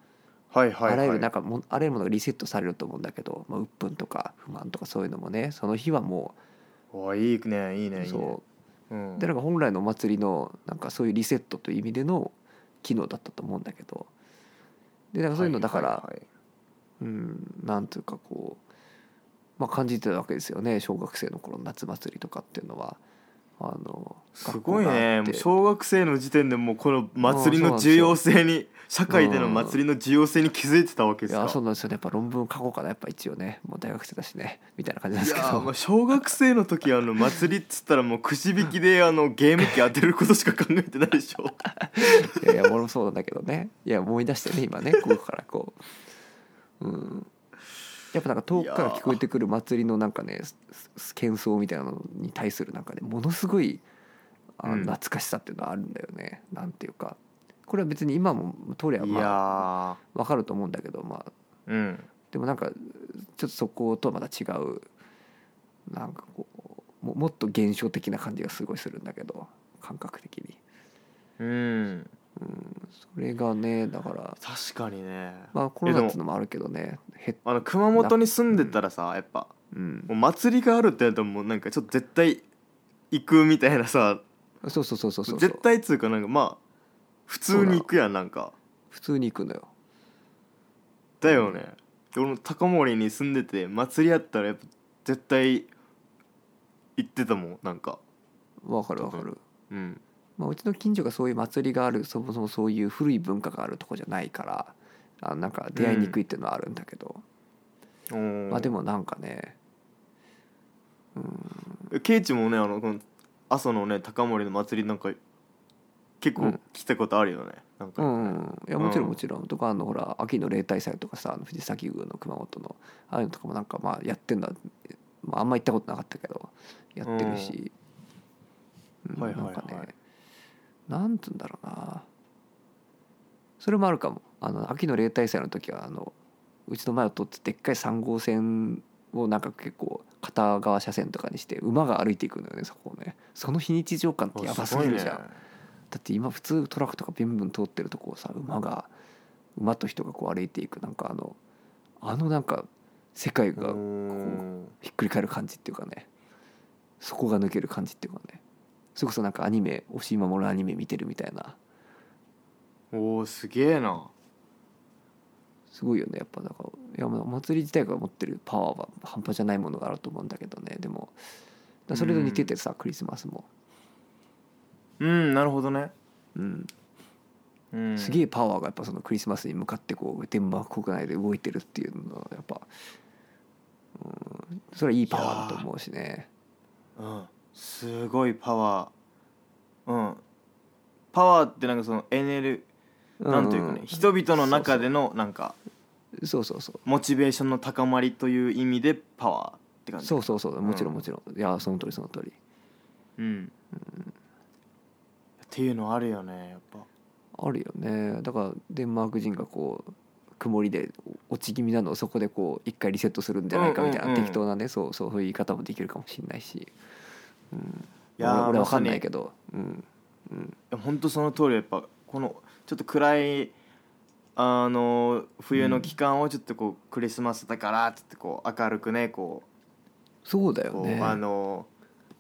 S1: ーはいうはい
S2: あ
S1: はい
S2: らゆるなんかもあらゆるものがリセットされると思うんだけど、まあ、鬱憤とか不満とかそういうのもねその日はも
S1: おーいいねいいうねいいね
S2: そううんでなんか本来のお祭りのなんかそういうリセットという意味での機能だったと思うんだけどでなんかそういうのだから
S1: はいはいはい
S2: うんなんというかこうまあ、感じてたわけですよね小学生の頃の夏祭りとかっていうのはあの
S1: すごいねもう
S2: 学校があって
S1: 小学生の時点でもうこの祭り
S2: う
S1: の
S2: んそう
S1: 重
S2: な
S1: 要
S2: ん
S1: 性に社会での祭りの重要性に気づいてたわけで
S2: い
S1: すか
S2: やそうなんですよねやっぱ論文書こうかなやっぱ一応ねもう大学生だしねみたいな感じなん
S1: い
S2: ですけ
S1: やも
S2: ど
S1: う小学生の時あの祭りっつったらもうくじ引きであのゲーム機当てることしか考えてないでしょ
S2: いやいや俺もそうなんだけどねいや思い出してね 今ねここからこううんやっぱなんか遠くから聞こえてくる祭りのなんかねすす喧騒みたいなのに対するなんかねものすごいあ
S1: うん
S2: 懐かしさっていうのはあるんだよね、なんていうかこれは別に今も通りゃ
S1: い
S2: まあ
S1: や
S2: わかると思うんだけどまあ
S1: ーうん
S2: でもなんかちょっとそことはまた違うなんかこうももっと現象的な感じがすごいするんだけど感覚的に
S1: うん
S2: それがねだから
S1: 確かにね
S2: まあコロナっていうのもあるけどねへっ
S1: あの熊本に住んでたらさやっぱ
S2: うん
S1: もう祭りがあるってなるともうなんかちょっと絶対行くみたいなさ
S2: そうそうそうそうそう
S1: 絶対っつうかなんかまあ普通に行くやんなんか
S2: 普通に行くのよ
S1: だよねで俺も高森に住んでて祭りやったらやっぱ絶対行ってたもんなんか
S2: わかるわかる、
S1: うん
S2: まあ、うちの近所がそういう祭りがあるそもそもそういう古い文化があるとこじゃないからあなんか出会いにくいっていうのはあるんだけど、まあで
S1: も
S2: もなんかね
S1: ケイチもねあのこの阿蘇のね高森の祭りなんか結
S2: う
S1: 構
S2: ん
S1: 来たことあるよね、なん
S2: う
S1: か、
S2: んうんいやもちろ
S1: うん
S2: んもちろんとかあのほら秋の例大祭とかさあの藤崎宮の熊本のああいうのとかもなんかまあやってんだ、まあ、あんま行ったことなかったけどやってるし、うん
S1: はいはいはい
S2: なんかねなんつうんだろうなそれもあるかもあの秋の例大祭の時はあのうちの前を通ってでっかい3号線をなんか結構片側車線とかにして馬が歩いていくのよねそこをねその日日常感ってやばすぎるじゃん、だって今普通トラックとかビュンビュン通ってるとこをさ馬が馬と人がこう歩いていくなんかあのあのなんか世界
S1: すごいね
S2: が
S1: うん
S2: ひっくり返る感じっていうかねそこが抜ける感じっていうかねそれこそなんかアニメ押し守るアニメ見てるみたいな
S1: おおすげえな
S2: すごいよねやっぱだからいやまあお祭り自体が持ってるパワーは半端じゃないものがあると思うんだけどねでもだからそれと似ててさクリスマスも、
S1: うんなるほどね、
S2: うん、
S1: うん、
S2: すげえパワーがやっぱそのクリスマスに向かってこうデンマーク国内で動いてるっていうのはやっぱ、うん、それはいいパワーだと思うしね
S1: うん、すごいパワーうんパワーってなんかそのエネルなんというかね、人々の中でのなんか
S2: うんそうそうそう
S1: モチベーションの高まりという意味でパワーって感じ
S2: そうそうそうもちろ
S1: うん
S2: んもちろん、いやその通りその通り
S1: うん、っていうのあるよねやっぱ
S2: あるよねだからデンマーク人がこう曇りで落ち気味なのをそこでこう一回リセットするんじゃないかみたいな、
S1: うんうんうん
S2: 適当なねそうそういう言い方もできるかもしれないし、うん、
S1: いやー
S2: 俺俺わかん
S1: まさ
S2: な
S1: に
S2: いけど、うんうん、
S1: いや本当その通りやっぱこのちょっと暗いあの冬の期間をちょっとこう、クリスマスだからっつってこう明るくねこ
S2: そうだ
S1: うこ
S2: よ
S1: う、
S2: ね
S1: あの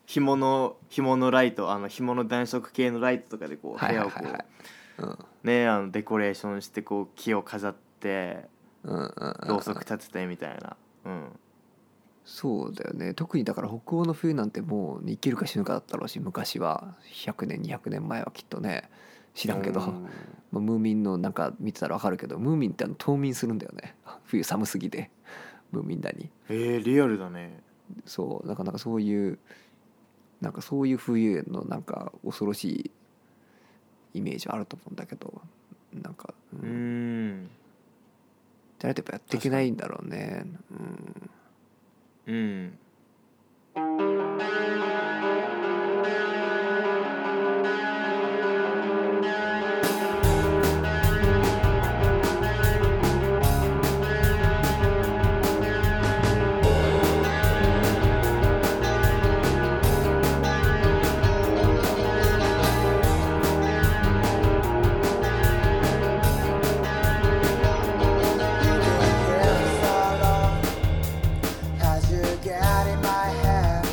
S1: 紐の紐のライトあの紐の暖色系のライトとかでこう部
S2: はい
S1: 屋
S2: は
S1: を
S2: い
S1: こ
S2: は
S1: う、
S2: いはい、うん
S1: ねあのデコレーションしてこう木を飾って
S2: うんうんうん
S1: ろうそく立ててみたいなうん
S2: そうだよね特にだから北欧の冬なんてもう生きるか死ぬかだったろうし昔は100年200年前はきっとね知らんけど、
S1: うん
S2: まあ、ムーミンのなんか見てたら分かるけどムーミンってあの冬眠するんだよね冬寒すぎてムーミンだに
S1: えー、リアルだね
S2: そうなかなかそういうなんかそういう冬のなんか恐ろしいイメージはあると思うんだけどなんか、う
S1: う
S2: ん
S1: ん
S2: じゃないとやっぱやっていけないんだろうねうん
S1: うん
S3: Cause you get in my head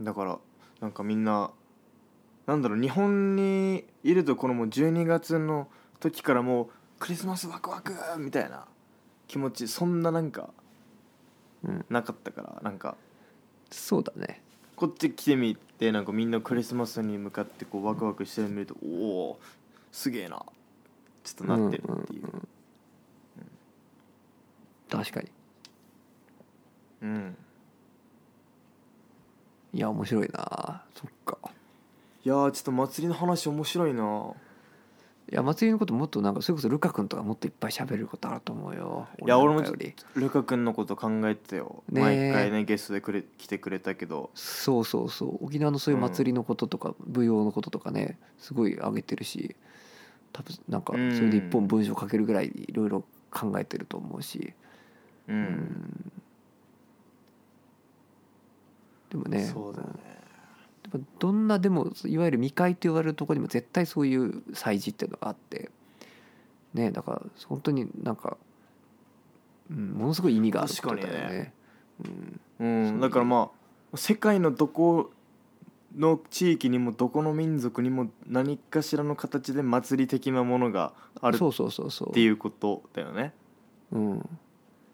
S1: だからなんかみんななんだろう日本にいるとこのもう12月の時からもうクリスマスワクワクみたいな気持ちそんななんか
S2: うん
S1: なかったからなんか
S2: そうだね
S1: こっち来てみてなんかみんなクリスマスに向かってこうワクワクしてるの見るとおおすげえなちょっとなってるっていう、
S2: 確かに
S1: うん
S2: いや面白いなそっか
S1: いやーちょっと祭りの話面白いない
S2: や祭りのこともっとなんかそれこそルカ君とかもっといっぱい喋ることあると思うよ
S1: いや俺も
S2: なん
S1: ち
S2: か
S1: ょ
S2: よ
S1: っと
S2: り
S1: ルカ君のこと考えてたよ、
S2: ねえ
S1: 毎回ねゲストでくれ来てくれたけど
S2: そうそうそう沖縄のそういう祭りのこととか、舞踊のこととかねすごい上げてるし多分なんかそ
S1: うん
S2: れで一本文章書けるぐらいいろいろ考えてると思うし、
S1: うん、
S2: うんでもね
S1: そうだよね
S2: でもどんなでもいわゆる未開と言われるところにも絶対そういう祭事っていうのがあってねだから本当になんか、うん、ものすごい意味があることだよ
S1: 確かに
S2: ね。うん
S1: うん
S2: そう
S1: だからまあ世界のどこの地域にもどこの民族にも何かしらの形で祭り的なものがあるっ
S2: そうそうそうそう
S1: ていうことだよね。
S2: うん、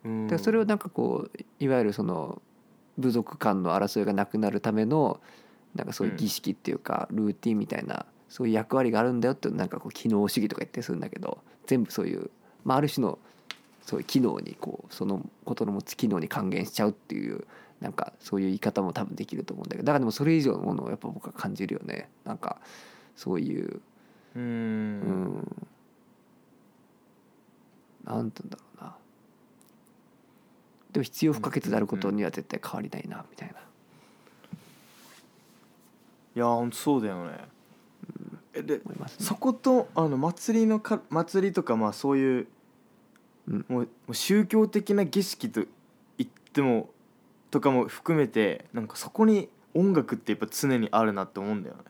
S1: うん
S2: でそれをなんかこういわゆるその部族間の争いがなくなるためのなんかそういう儀式っていうかルーティンみたいなそういう役割があるんだよってなんかこう機能主義とか言ってするんだけど全部そういう、まあ、ある種のそういう機能にこうそのことの持つ機能に還元しちゃうっていうなんかそういう言い方も多分できると思うんだけどだからでもそれ以上のものをやっぱ僕は感じるよねなんかそういう
S1: う
S2: うんんなんて言うんだろうなでも必要不可欠であることには絶対変わりないなみたいな、
S1: いやほんとそうだよね。えで
S2: 思いますね
S1: そことあの祭りのか祭りとかまあそういう、
S2: うん
S1: もうもう宗教的な儀式と言ってもとかも含めてなんかそこに音楽ってやっぱ常にあるなって思うんだよね。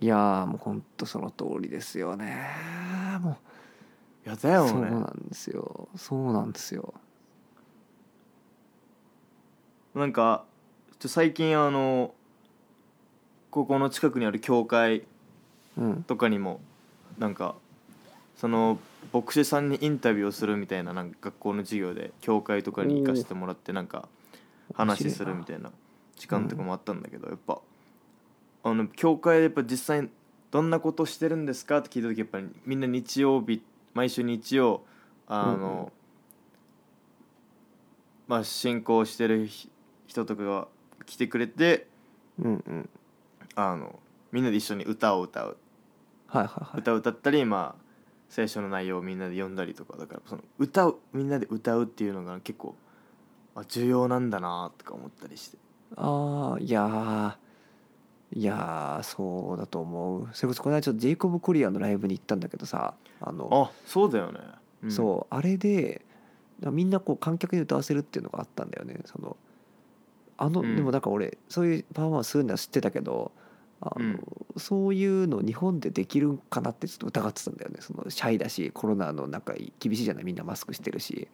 S2: いやーもうほんとその通りですよねも
S1: いやだ
S2: う、
S1: よね。
S2: そうなんですよそうなんですよ
S1: なんかちょ最近あの高校の近くにある教会
S2: うん
S1: とかにもなんかその牧師さんにインタビューをするみたいななんか学校の授業で教会とかに行かせてもらってなんか話するみたいな時間とかもあったんだけどやっぱあの教会でやっぱ実際どんなことしてるんですかって聞いた時やっぱりみんな日曜日毎週日曜あ
S2: うんう
S1: のまあ信仰してるひ人とかが来てくれて
S2: うんうん
S1: あのみんなで一緒に歌を歌う
S2: はいはいはい
S1: 歌を歌ったり、まあ、聖書の内容をみんなで読んだりとかだからその歌をみんなで歌うっていうのが結構あ重要なんだなとか思ったりして
S2: ああいやーいやーそうだと思うそれこそこの間ちょっとジェイコブ・コリアのライブに行ったんだけどさあの
S1: あそうだよね、ん
S2: そうあれでなみんなこう観客に歌わせるっていうのがあったんだよねそのあの、
S1: うん
S2: でもなんか俺そういうパフォーマンスするのは知ってたけどあ
S1: う
S2: の、
S1: ん
S2: そういうの日本でできるんかなってちょっと疑ってたんだよねそのシャイだしコロナのなんか厳しいじゃないみんなマスクしてるし、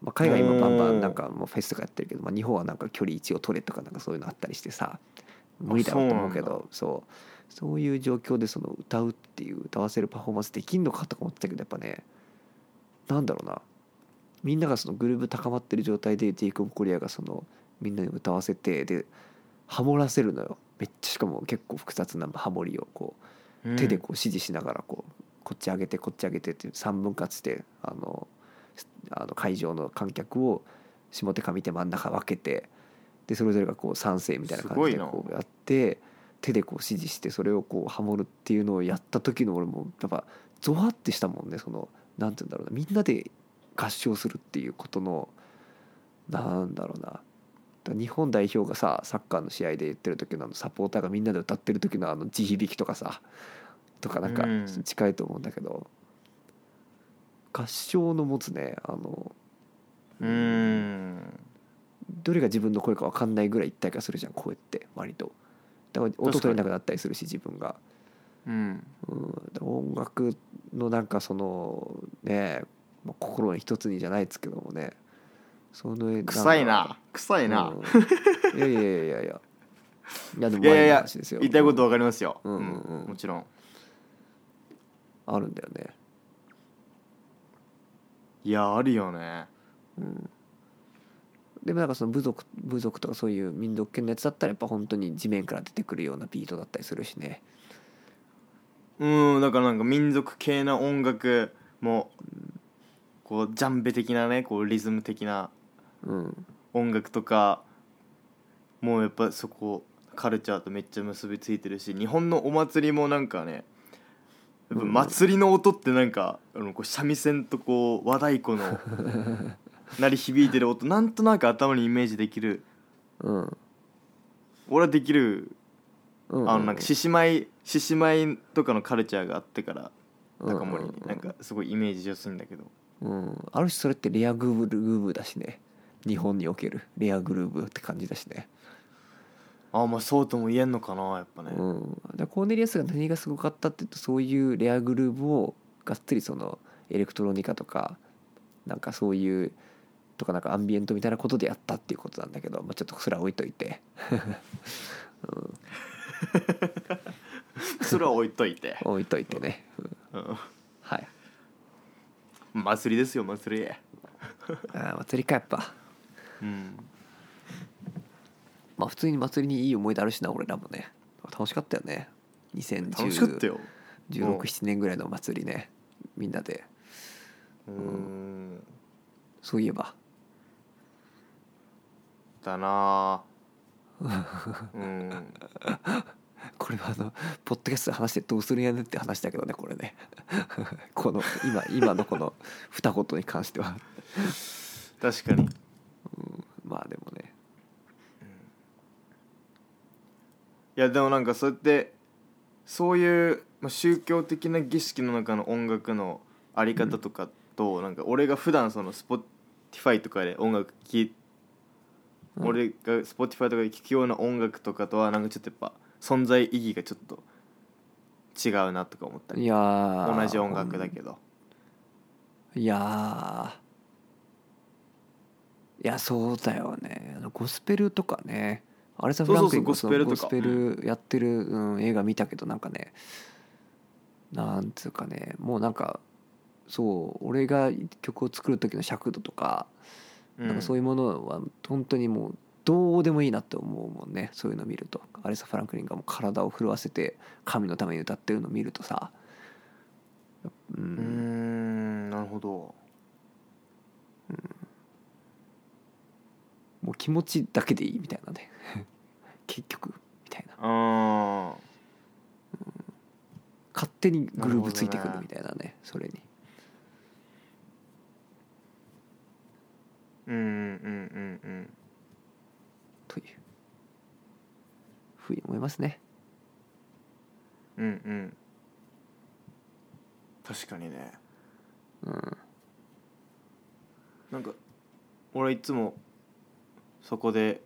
S2: まあ、海外今バンバンなんかもうフェスとかやってるけど、まあ、日本はなんか距離一を取れとかなんかそういうのあったりしてさ無理だろうと思うけ
S1: そうな
S2: どそうそういう状況でその歌うっていう歌わせるパフォーマンスできんのかとか思ってたけどやっぱねなんだろうなみんながそのグルーブ高まってる状態でジェイコブ・コリアがそのみんなに歌わせてでハモらせるのよめっちゃしかも結構複雑なハモりをこ
S1: うん、
S2: う手でこう指示しながらこうこっち上げてこっち上げてって3分割してあのすあの会場の観客を下手上手真ん中分けてでそれぞれがこう3声みたいな感じです
S1: ごいな
S2: こうやって手でこう指示してそれをこうハモるっていうのをやった時の俺もやっぱゾワってしたもんねそのなんて言うんだろうなみんなで合唱するっていうことのなんだろうなだから日本代表がさサッカーの試合で言ってる時のあのサポーターがみんなで歌ってる時のあの地響きとかさとかなんか
S1: うん
S2: 近いと思うんだけど、合唱の持つねあの
S1: うん
S2: どれが自分の声か分かんないぐらい一体化するじゃん声って割とだから音取れなくなったりするし自分が、
S1: うん
S2: うん、だから音楽のなんかそのね、まあ、心の一つにじゃないですけどもねそのんか
S1: 臭いな臭いな、
S2: うんいやいやいやいやいやいやでも
S1: いやいや
S2: 前
S1: い
S2: の
S1: や
S2: 話ですよ
S1: 言いたいことわかりますよ、
S2: うんうんうん
S1: もちろん
S2: あるんだよね
S1: いやあるよね
S2: でもなんかその部族部族とかそういう民族系のやつだったらやっぱ本当に地面から出てくるようなビートだったりするしね
S1: うんだからなんか民族系な音楽もこうジャンベ的なねこうリズム的な
S2: うん
S1: 音楽とかもうやっぱそこカルチャーとめっちゃ結びついてるし日本のお祭りもなんかねやっぱ祭りの音ってなんか、あのこう三味線とこう和太鼓 の鳴り響いてる音なんとなく頭にイメージできる
S2: うん
S1: 俺はできる
S2: う
S1: あのなんか獅子舞獅子舞とかのカルチャーがあってから中森になんかすごいイメージしやすいんだけど
S2: うん、ある種それってレアグルーブグーブだしね日本におけるレアグルーブって感じだしね
S1: ああまあそうとも言えんのかなやっぱね、
S2: うん、だからコーネリアスが何がすごかったっていうとそういうレアグルーブをがっつりそのエレクトロニカとかなんかそういうとかなんかアンビエントみたいなことでやったっていうことなんだけど、まあ、ちょっとそれは置いといて、
S1: それは置いといて
S2: 置いといてね、うん
S1: うん
S2: はい
S1: 祭りですよ祭り
S2: あー祭りかやっぱ
S1: うん
S2: まあ普通に祭りにいい思い出あるしな俺らもね楽しかったよね
S1: 楽しかった
S2: 201617
S1: ようん
S2: 年ぐらいの祭りねみんなで
S1: うん
S2: そういえば
S1: だ なあうん
S2: これはあのポッドキャストで話してどうするんやねんって話だけどねこれね この今今の この二言に関しては
S1: 確かに
S2: まあでもね
S1: いやでもなんかそうやってそういう、まあ、宗教的な儀式の中の音楽のあり方とかと、なんか俺が普段その Spotify とかで音楽聴い、
S2: うん
S1: 俺が Spotify とかで聴くような音楽とかとはなんかちょっとやっぱ存在意義がちょっと違うなとか思った
S2: い
S1: り
S2: やー
S1: 同じ音楽だけど
S2: いやーいやそうだよねあのゴスペルとかねアレサ・フランクリンの
S1: そ
S2: そう
S1: そうそう
S2: の
S1: ゴ
S2: ゴ
S1: ス
S2: ス
S1: ペ
S2: ペ
S1: ルとか
S2: ルやってる、うん、映画見たけどなんかねなんつうかねもうなんかそう俺が曲を作る時の尺度とかなんかそう
S1: い
S2: いうものは本当にもうどうでもいいなって思うもんねそういうの見るとアレサ・フランクリンがもう体を震わせて神のために歌ってるのを見るとさう
S1: うんうんんなるほど
S2: もう気持ちだけでいいみたいなね 結局みたいな
S1: あー
S2: 勝手にグルーブついてくるみたいなねそれに
S1: うんうんうんうん
S2: というふうに思いますね
S1: うんうん確かにね
S2: うん
S1: なんか俺いつもそこで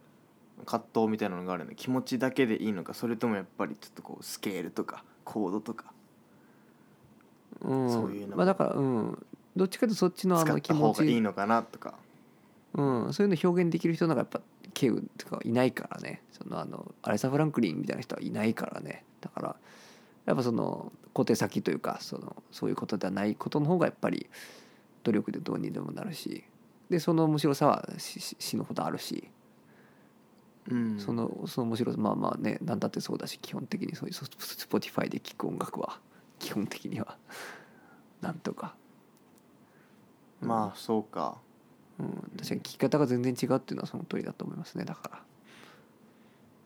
S1: 葛藤みたいなのがあるの気持ちだけでいいのかそれともやっぱりちょっとこうスケールとかコードとか
S2: うん
S1: そういうのも
S2: まあだからうんどっちかというとそっちのあ
S1: 使
S2: の
S1: っ
S2: 気
S1: た
S2: 持
S1: 方
S2: ち
S1: がいいのかなとか
S2: うん、そういうの表現できる人なんかやっぱケウとかいないからねそのあのアレサ・フランクリンみたいな人はいないからねだからやっぱその小手先というかそのそういうことではないことの方がやっぱり努力でどうにでもなるしでその面白さはしし死ぬほどあるし、
S1: うん
S2: そのその面白さまあまあね何だってそうだし基本的にそういうスポティファイで聴く音楽は基本的にはなんとか
S1: まあそうか
S2: うん、確かに聞き方が全然違うっていうのはその通りだと思いますねだから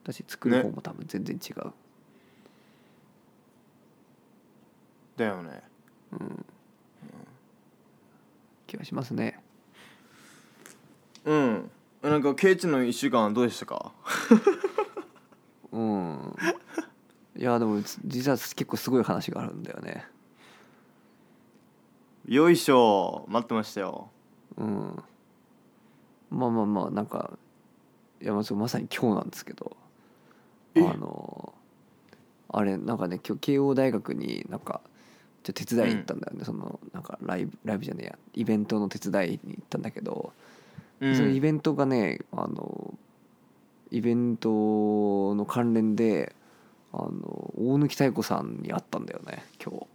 S2: だし作る方も多分全然違う、
S1: だよね
S2: うん、気はしますね
S1: うんなんかケイチの1週間どうでしたか
S2: うんいやでも実は結構すごい話があるんだよね
S1: よいしょ待ってましたよ
S2: うんまあまあまあなんかいやまあそうまさに今日なんですけど
S1: え
S2: あのあれなんかね今日慶応大学になんかちょっと手伝いに行ったんだよね、そのなんかライブライブじゃねえやイベントの手伝いに行ったんだけど、
S1: う
S2: そのイ
S1: ん
S2: ベントがねあのイベントの関連であの大貫妙子さんに会ったんだよね今日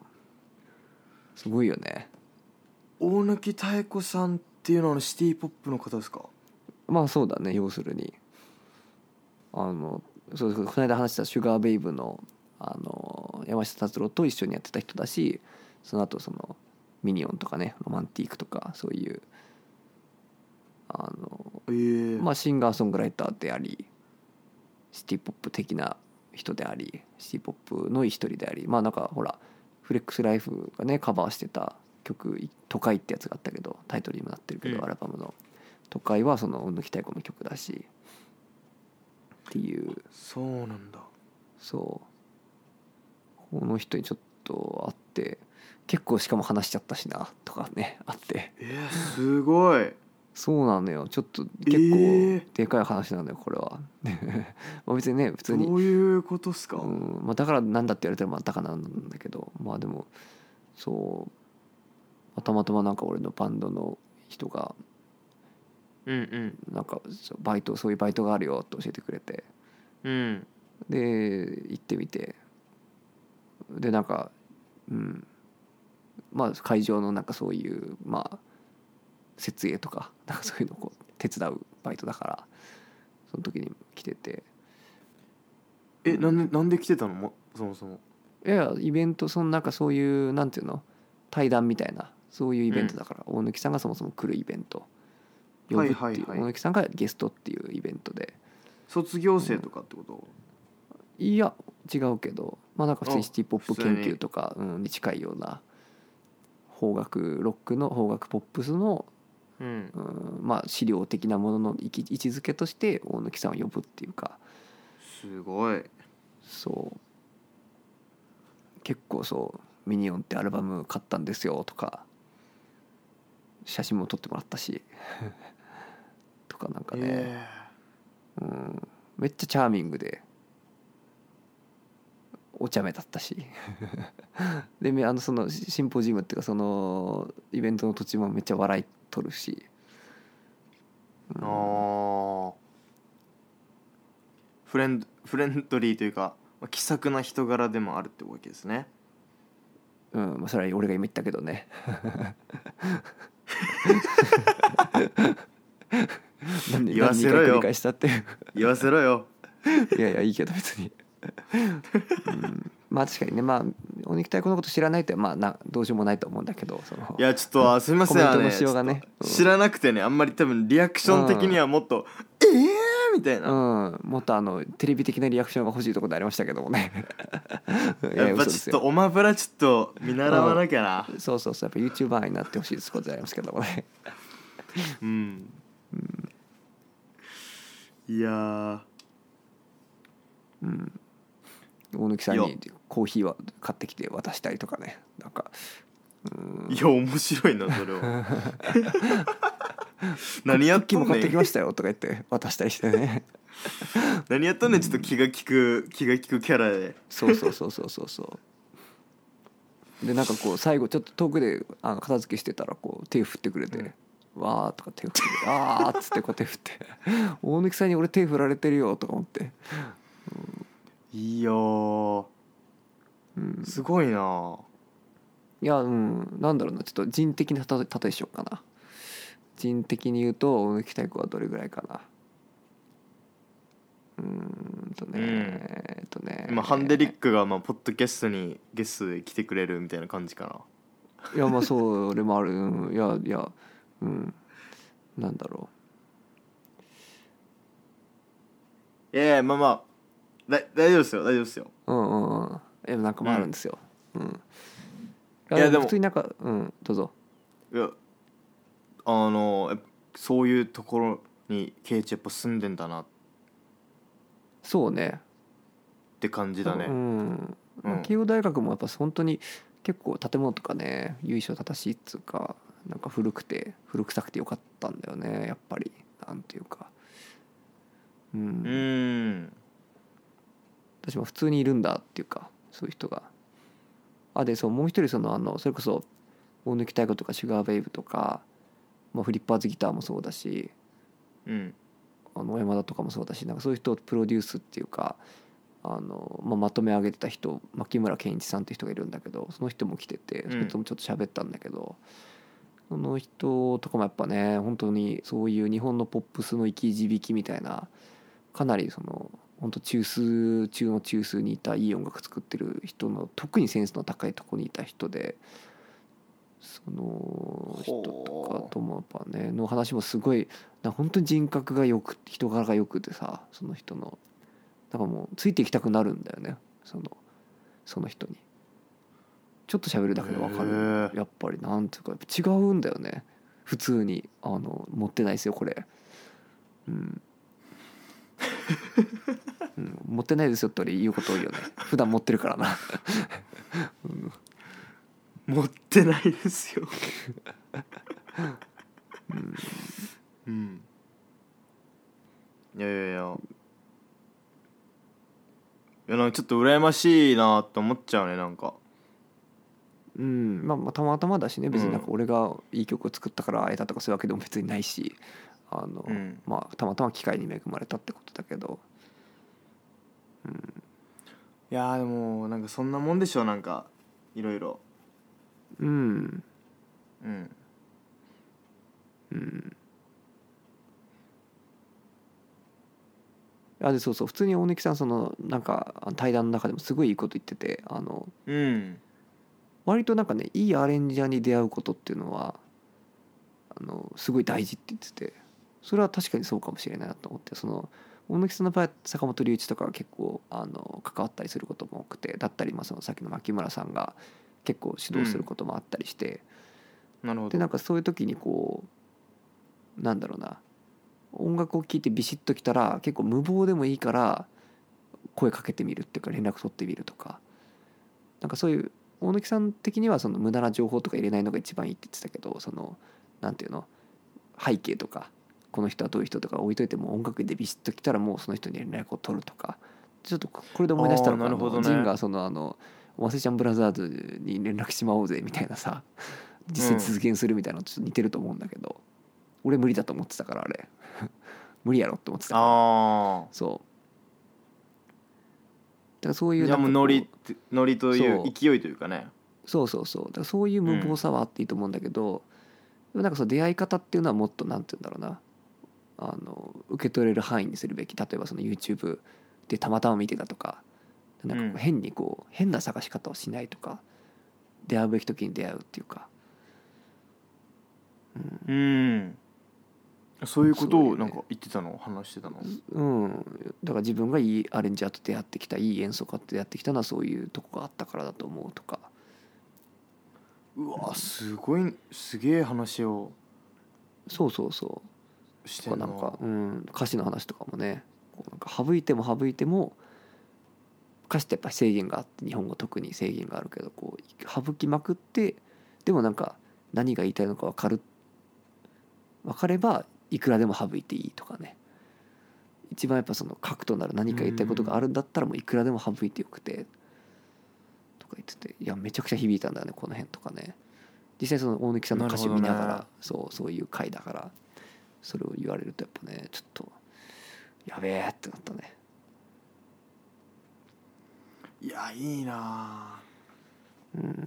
S2: すごいよね
S1: 大貫妙子さんっていうのはあのシティポップの方ですか
S2: まあそうだね要するにあのそうそうこの間話した「シュガーベイブの」あの山下達郎と一緒にやってた人だしその後そのミニオンとかねロマンティークとかそういうあの、
S1: ええ
S2: まあ、シンガーソングライターでありシティ・ポップ的な人でありシティ・ポップの一人でありまあなんかほらフレックス・ライフがねカバーしてた曲「都会」ってやつがあったけどタイトルにもなってるけど、
S1: うん
S2: アルバムの「都会」はその抜きたい子の曲だしっていう
S1: そうなんだ
S2: そうこの人にちょっと会って結構しかも話しちゃったしなとかねあって
S1: えー、すごい
S2: そうなのよちょっと結
S1: え
S2: 構
S1: ー
S2: でかい話なんだよこれは、 まあ別にね普通に
S1: どういうことっすか、
S2: うんまあ、だからなんだって言われたらまあだからなんだけどまあでもそう、まあたまたまなんか俺のバンドの人が
S1: うん
S2: なんかそうバイトそういうバイトがあるよって教えてくれて
S1: うんうん
S2: で行ってみてでなんかうんまあ会場のなんかそういうまあ設営とか なんかそういうのをこう手伝うバイトだからその時に来てて
S1: えなんでなんで来てたのもそもそも
S2: いやいやイベントそのなんかそういうなんていうの対談みたいなそういうイベントだから、大貫さんがそもそも来るイベント呼ぶっていう、
S1: はいはいはい
S2: 大貫さんがゲストっていうイベントで
S1: 卒業生とかってこと、
S2: いや違うけどまあなんか普通にシティ・ポップ
S1: 普通
S2: 研
S1: に
S2: 究とかに,、うん、に近いような邦楽ロックの邦楽ポップスの、
S1: うん
S2: うんまあ、資料的なものの位置位置づけとして大貫さんを呼ぶっていうか
S1: すごい
S2: そう結構そう「ミニオン」ってアルバム買ったんですよとか写真も撮ってもらったし とかなんかね、
S1: え
S2: うん、めっちゃチャーミングでお茶目だったし でめあのそのシシンポジウムっていうかそのイベントの途中もめっちゃ笑い取るし、
S1: ー、
S2: うん
S1: あーフレンドフレンドリーというかまあ気さくな人柄でもあるってわけですね
S2: うんまあ、それは俺が今言ったけ どね何人
S1: 言わ
S2: 何
S1: せ
S2: 人か
S1: ろよ
S2: 繰り返したっていう
S1: 言わせろよ
S2: いやいやいいけど別に、うん、まあ確かにねまあお肉体このこと知らないってまあなどうしようもないと思うんだけどその
S1: いやちょっとあすみません
S2: コメント
S1: あ
S2: の
S1: のね
S2: しようがね
S1: ちょっと知らなくてねあんまり多分リアクション的にはもっと「ええー!」みたいな、
S2: うん、もっとあのテレビ的なリアクションが欲しいところでありましたけど もねいや
S1: やっ
S2: 嘘
S1: ぱ
S2: で
S1: ち
S2: す
S1: ょっ
S2: よ
S1: とおまぶらちょっと見習わなきゃな
S2: そうそうそうやっぱ YouTuber になってほしいですことでありますけどもね
S1: うん、いやー
S2: 大貫さん
S1: いや
S2: にコーヒーは買ってきて渡したりとかねなんか
S1: いや面白いなそれ は何やっ
S2: 「キ
S1: と
S2: も
S1: ん
S2: 買
S1: ね
S2: ってき
S1: ん
S2: ましたよ」とか言って渡したりしてね
S1: 何やっとんねんちょっと気が利く気が利くキャラで
S2: そうそうそうそうそうそうでなんかこう最後ちょっと遠くであの片付けしてたらこう手振ってくれて「わあ」とか手振って「ああ」っつってこう手振って「大貫さんに俺手振られてるよ」とか思って。
S1: いやー
S2: うん
S1: すごいない
S2: やうんなんだろうなちょっと人的な例え例えしようかな人的に言うと大貫太子はどれぐらいかなうーんとね、
S1: うん
S2: えっとね
S1: 今ハンデリックがまあポッドキャストにゲストで来てくれるみたいな感じかない
S2: やまあそう俺もある、うん、いやいやうんなんだろ
S1: いやいやまあまあだ大丈夫ですよ大丈夫ですよ
S2: ううんうんうんえなんかもあるんですよ、うん
S1: いやでも
S2: 普通になんかうんどうぞ
S1: いやあのやっぱそういうところにケイチやっぱ住んでんだなっ
S2: そうね
S1: て感じだ
S2: う
S1: ね
S2: ん
S1: うん
S2: 慶応大学もやっぱ本当に結構建物とかね由緒正しいっつうかなんか古くて古臭くてよかったんだよねやっぱりなんていうかう、
S1: うんん
S2: 私も普通にいるんだっていうかそういう人があでそうもう一人そのあのそれこそ大貫太鼓とかシュガーベイブとか、まあ、フリッパーズギターもそうだし
S1: うん
S2: ああの小山田とかもそうだしなんかそういう人をプロデュースっていうかあの、まあ、まとめ上げてた人牧村健一さんっていう人がいるんだけどその人も来てて
S1: うん
S2: それともちょっと喋ったんだけど、その人とかもやっぱね本当にそういう日本のポップスの生き字引きみたいなかなりその本当中枢中の中枢にいたいい音楽作ってる人の特にセンスの高いとこにいた人でその人とかともやっぱねの話もすごいなんか本当に人格がよく人柄がよくてさその人のだからもうついていきたくなるんだよねそのその人にちょっと喋るだけでわか
S1: へ
S2: る
S1: え
S2: やっぱりなんていうかやっぱ違うんだよね普通にあの持ってないですよこれ うん、うん、持ってないですよって俺言うこと多いよね普段持ってるからな
S1: 持ってないですようん、いやいやいやいやなんかちょっと羨ましいなと思っちゃうねなんか
S2: うんまあ、まあたまたまだしね別になんか
S1: う
S2: 俺がいい曲を作ったから会えたとかそういうわけでも別にないしあの、
S1: うん
S2: まあたまたま機会に恵まれたってことだけど
S1: いやーでもなんかそんなもんでしょなんかいろいろ
S2: うん
S1: うん
S2: うんあでそうそう普通に大貫さんそのなんかあの対談の中でもすごいいいこと言っててあの
S1: うん
S2: 割となんかねいいアレンジャーに出会うことっていうのはあのすごい大事って言っててそれは確かにそうかもしれないなと思ってその大貫さんの場合は坂本龍一とかが結構あの関わったりすることも多くてだったりまあそのさっきの牧村さんが結構指導することもあったりして、
S1: なるほ
S2: で
S1: ど
S2: なんかそういう時にこうなんだろうな音楽を聴いてビシッときたら結構無謀でもいいから声かけてみるっていうか連絡取ってみるとかなんかそういう大貫さん的にはその無駄な情報とか入れないのが一番いいって言ってたけどそのなんていうの背景とかこの人はどういう人とか置いといても音楽でビシッときたらもうその人に連絡を取るとかちょっとこれで思い出したのが
S1: あーなるほどね
S2: あのジンがそのあの「おませちゃんブラザーズ」に連絡しまおうぜみたいなさ実際実現するみたいなのとちょっと似てると思うんだけど、俺無理だと思ってたからあれ 無理やろって思ってたから
S1: ああ
S2: そうだからそういう
S1: じゃあもう
S2: なんかこ
S1: ノリってノリという
S2: そう
S1: 勢いというかね
S2: そうそうそうだからそういう無謀さはあっていいと思うんだけど、でもなんかその出会い方っていうのはもっとなんて言うんだろうなあの受け取れる範囲にするべき例えばその YouTube でたまたま見てたとかなんかこ
S1: うん
S2: う変にこう変な探し方をしないとか出会うべき時に出会うっていうか
S1: うんそういうこと
S2: そう
S1: を
S2: よね
S1: なんか言ってたの話してたの
S2: うん、だから自分がいいアレンジャーと出会ってきたいい演奏家と出会ってきたのはそういうとこがあったからだと思うとか
S1: うわすごいすげえ話を
S2: そうそうそ
S1: し
S2: う
S1: て
S2: とか
S1: る
S2: な
S1: なん
S2: か、うん、歌詞の話とかもねこうなんか省いても省いても歌詞ってやっぱ制限があって日本語特に制限があるけどこう省きまくってでもなんか何が言いたいのか分かる分かればいくらでも省いていいとかね一番やっぱその核となる何か言いたいことがあるんだったらもういくらでも省いてよくてとか言ってていやめちゃくちゃ響いたんだよねこの辺とかね実際その大貫さんの歌詞を見なが
S1: なる
S2: ら
S1: ほどね
S2: そうそういう回だからそれを言われるとやっぱねちょっとやべえってなったね
S1: いやいいなあ
S2: うん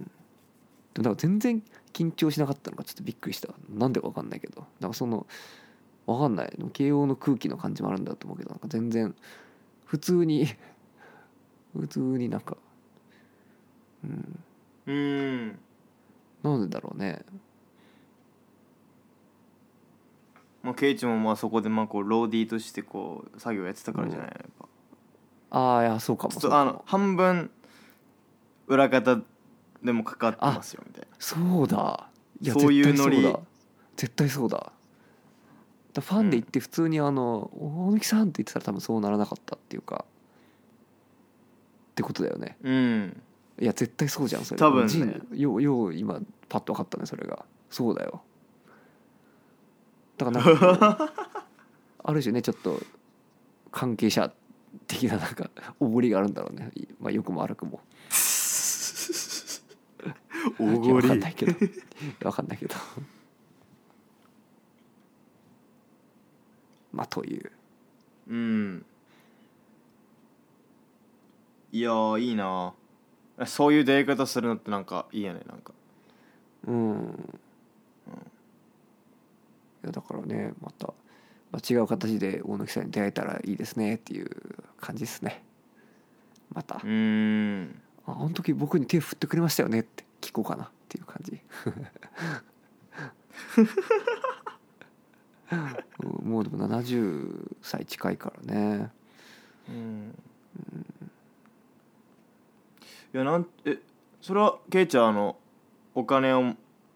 S2: でもなんか全然緊張しなかったのがちょっとびっくりしたなんでか分かんないけどなんかその分かんないでも慶応の空気の感じもあるんだと思うけどなんか全然普通に 普通になんかうん
S1: うん
S2: なんでだろうね
S1: まあ、ケイチもまあそこでまあこうローディーとしてこう作業やってたからじゃないのやっぱ
S2: ああいやそうかも
S1: ちょっ
S2: そう
S1: とあ
S2: か
S1: の
S2: も
S1: 半分裏方でもかかってますよみたい
S2: そうだいや
S1: そういう
S2: 絶対そう
S1: ノ
S2: だ
S1: リ
S2: 絶対そうだだファンで行って普通にあの「大貫さん」って言ってたら多分そうならなかったっていうかってことだよね
S1: なうん
S2: いや絶対そうじゃんそれ
S1: 多分ね
S2: ジンようよう今パッと分かったねそれがそうだよだからなんか こうある種ねちょっと関係者的ななんかおごりがあるんだろうね、まあ、よくも悪くも
S1: お
S2: いやわかんないけどいやわかんないけ どまあという
S1: うんいやーいいなそういう出会い方するのってなんかいいよねなんか
S2: うんいやだからねまた、まあ、違う形で大貫さんに出会えたらいいですねっていう感じですねまた、
S1: う
S2: あ
S1: ーん
S2: あの時僕に手振ってくれましたよねって聞こうかなっていう感じ、 うんもうでも70歳近いからね
S1: うんいやなんえそれはケイちゃんあのお金を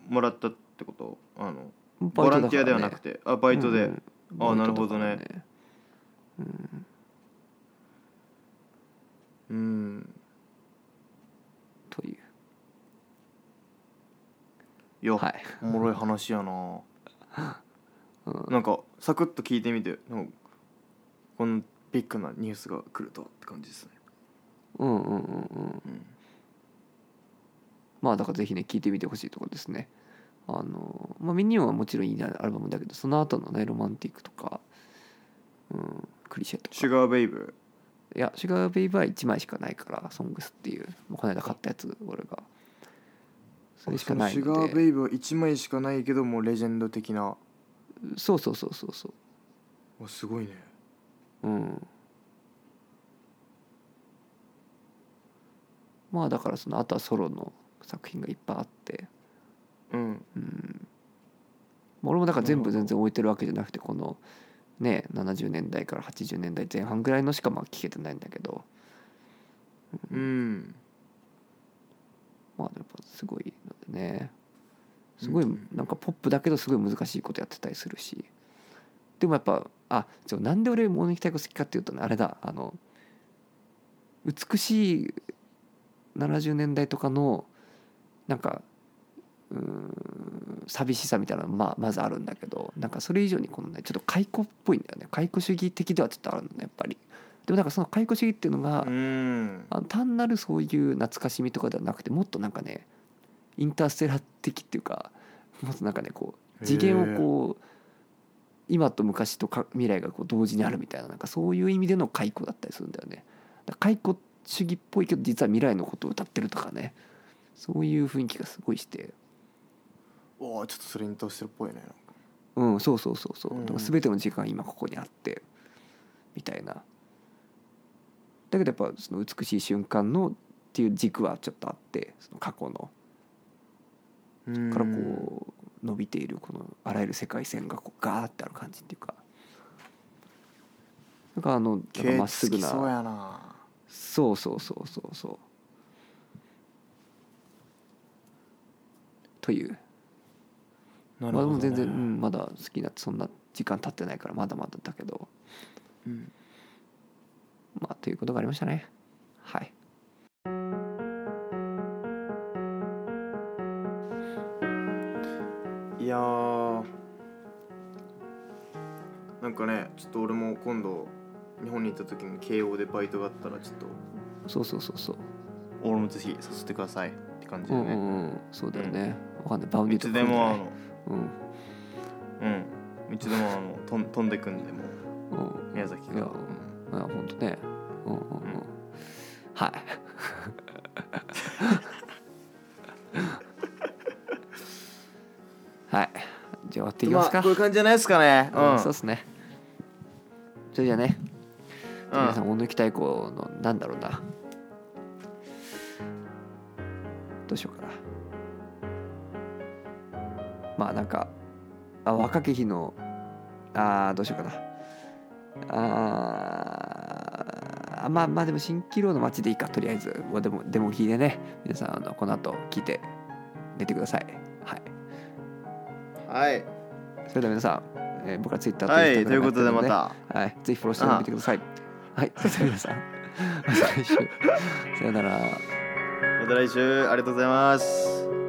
S1: もらったってことあのボランティアではなく
S2: て
S1: て、あバイトで、ああ
S2: バイトだから
S1: なるほど
S2: うん
S1: うん
S2: という
S1: いや、
S2: はい
S1: おもろい話やな、
S2: うん
S1: なんかサクッと聞いてみてなんかこのビッグなニュースが来るとはって感じですね、
S2: うんうんうんうん
S1: うん、
S2: まあだからぜひね聞いてみてほしいところですねあのまあミニオンはもちろんいいアルバムだけどその後のねロマンティックとか、うん、クリシェと
S1: シュ
S2: か
S1: ガーベイブ
S2: いやシュガーベイバー1枚しかないからソングスっていうもうこの間買ったやつ俺がそれしかない
S1: そのシュ
S2: の
S1: ガーベ
S2: で
S1: イブは1枚しかないけどもうレジェンド的な
S2: そうそうそうそうそ
S1: おすごいね
S2: ううんまあだからそのあとはソロの作品がいっぱいあって
S1: うん
S2: うん、俺もだから全
S1: なるほ
S2: 部
S1: ど
S2: 全然置いてるわけじゃなくてこのね70年代から80年代前半ぐらいのしかまあ聞けてないんだけど
S1: うん
S2: まあやっぱすごいのでねすごい
S1: うん
S2: なんかポップだけどすごい難しいことやってたりするしでもやっぱあちょなんで俺モノニキタイコ好きかっていうとねあれだあの美しい70年代とかのなんかうーん寂しさみたいなのまあまずあるんだけどなんかそれ以上にこのねちょっと解雇っぽいんだよね解雇主義的ではちょっとあるんだねやっぱり。でもなんかその解雇主義っていうのが、
S1: うん
S2: あの単なるそういう懐かしみとかではなくてもっとなんかねインターステラー的っていうかもっとなんかねこう次元をこう今と昔とか未来がこう同時にあるみたいななんかそういう意味での解雇だったりするんだよね。だから解雇主義っぽいけど実は未来のことを歌ってるとかねそういう雰囲気がすごいして
S1: おーちょっとそれに通してるっぽいね
S2: うんそうそうそうそう
S1: うん
S2: だから全ての時間が今ここにあってみたいなだけどやっぱその美しい瞬間のっていう軸はちょっとあってその過去の
S1: うん
S2: からこう伸びているこのあらゆる世界線がこうガーってある感じっていうかなんかあのなんか
S1: ケイ
S2: ま
S1: 好
S2: っすぐ
S1: き
S2: な
S1: そうやな
S2: そうそうそうそうそうという
S1: な
S2: まあでも
S1: ね
S2: 全然、うん、まだ好きなそんな時間経ってないからまだまだだけど
S1: うん
S2: まあということがありましたねはい
S1: いやーなんかねちょっと俺も今度日本に行った時に慶応でバイトがあったらちょっと
S2: そうそうそうそう、
S1: 俺もぜひさせてくださいって感じ
S2: う
S1: だ
S2: ん
S1: ね、
S2: うんうんそうだよね、わかんないバウンデ
S1: い
S2: ィと
S1: つ
S2: か
S1: でもあ
S2: ね
S1: の
S2: うん
S1: うんいつでもあのとん飛んでくんでも
S2: うん
S1: 宮崎
S2: い
S1: が
S2: や
S1: うん
S2: あ本当ねうんうんうん、
S1: うん
S2: はいはいじゃあ終わっていきますか、
S1: あこういう感じじゃないですかねうん、
S2: うんそうですねそれじゃあね、
S1: うん
S2: 皆さん大貫太鼓のなんだろうなどうしようかなまあなんかあ若き日のあーどうしようかなあーまあまあでも蜃気楼の街でいいかとりあえずまあでもでも聞いてね皆さんあのこの後聞いて寝てくださいはい
S1: はい
S2: それでは皆さん、えー僕はツイッター
S1: は
S2: と
S1: いということでま
S2: Instagram やって
S1: た
S2: るのではい、ぜひフォローしてみてください。はい、それでは 皆さん、また来週。さよなら。
S1: また来週ありがとうございます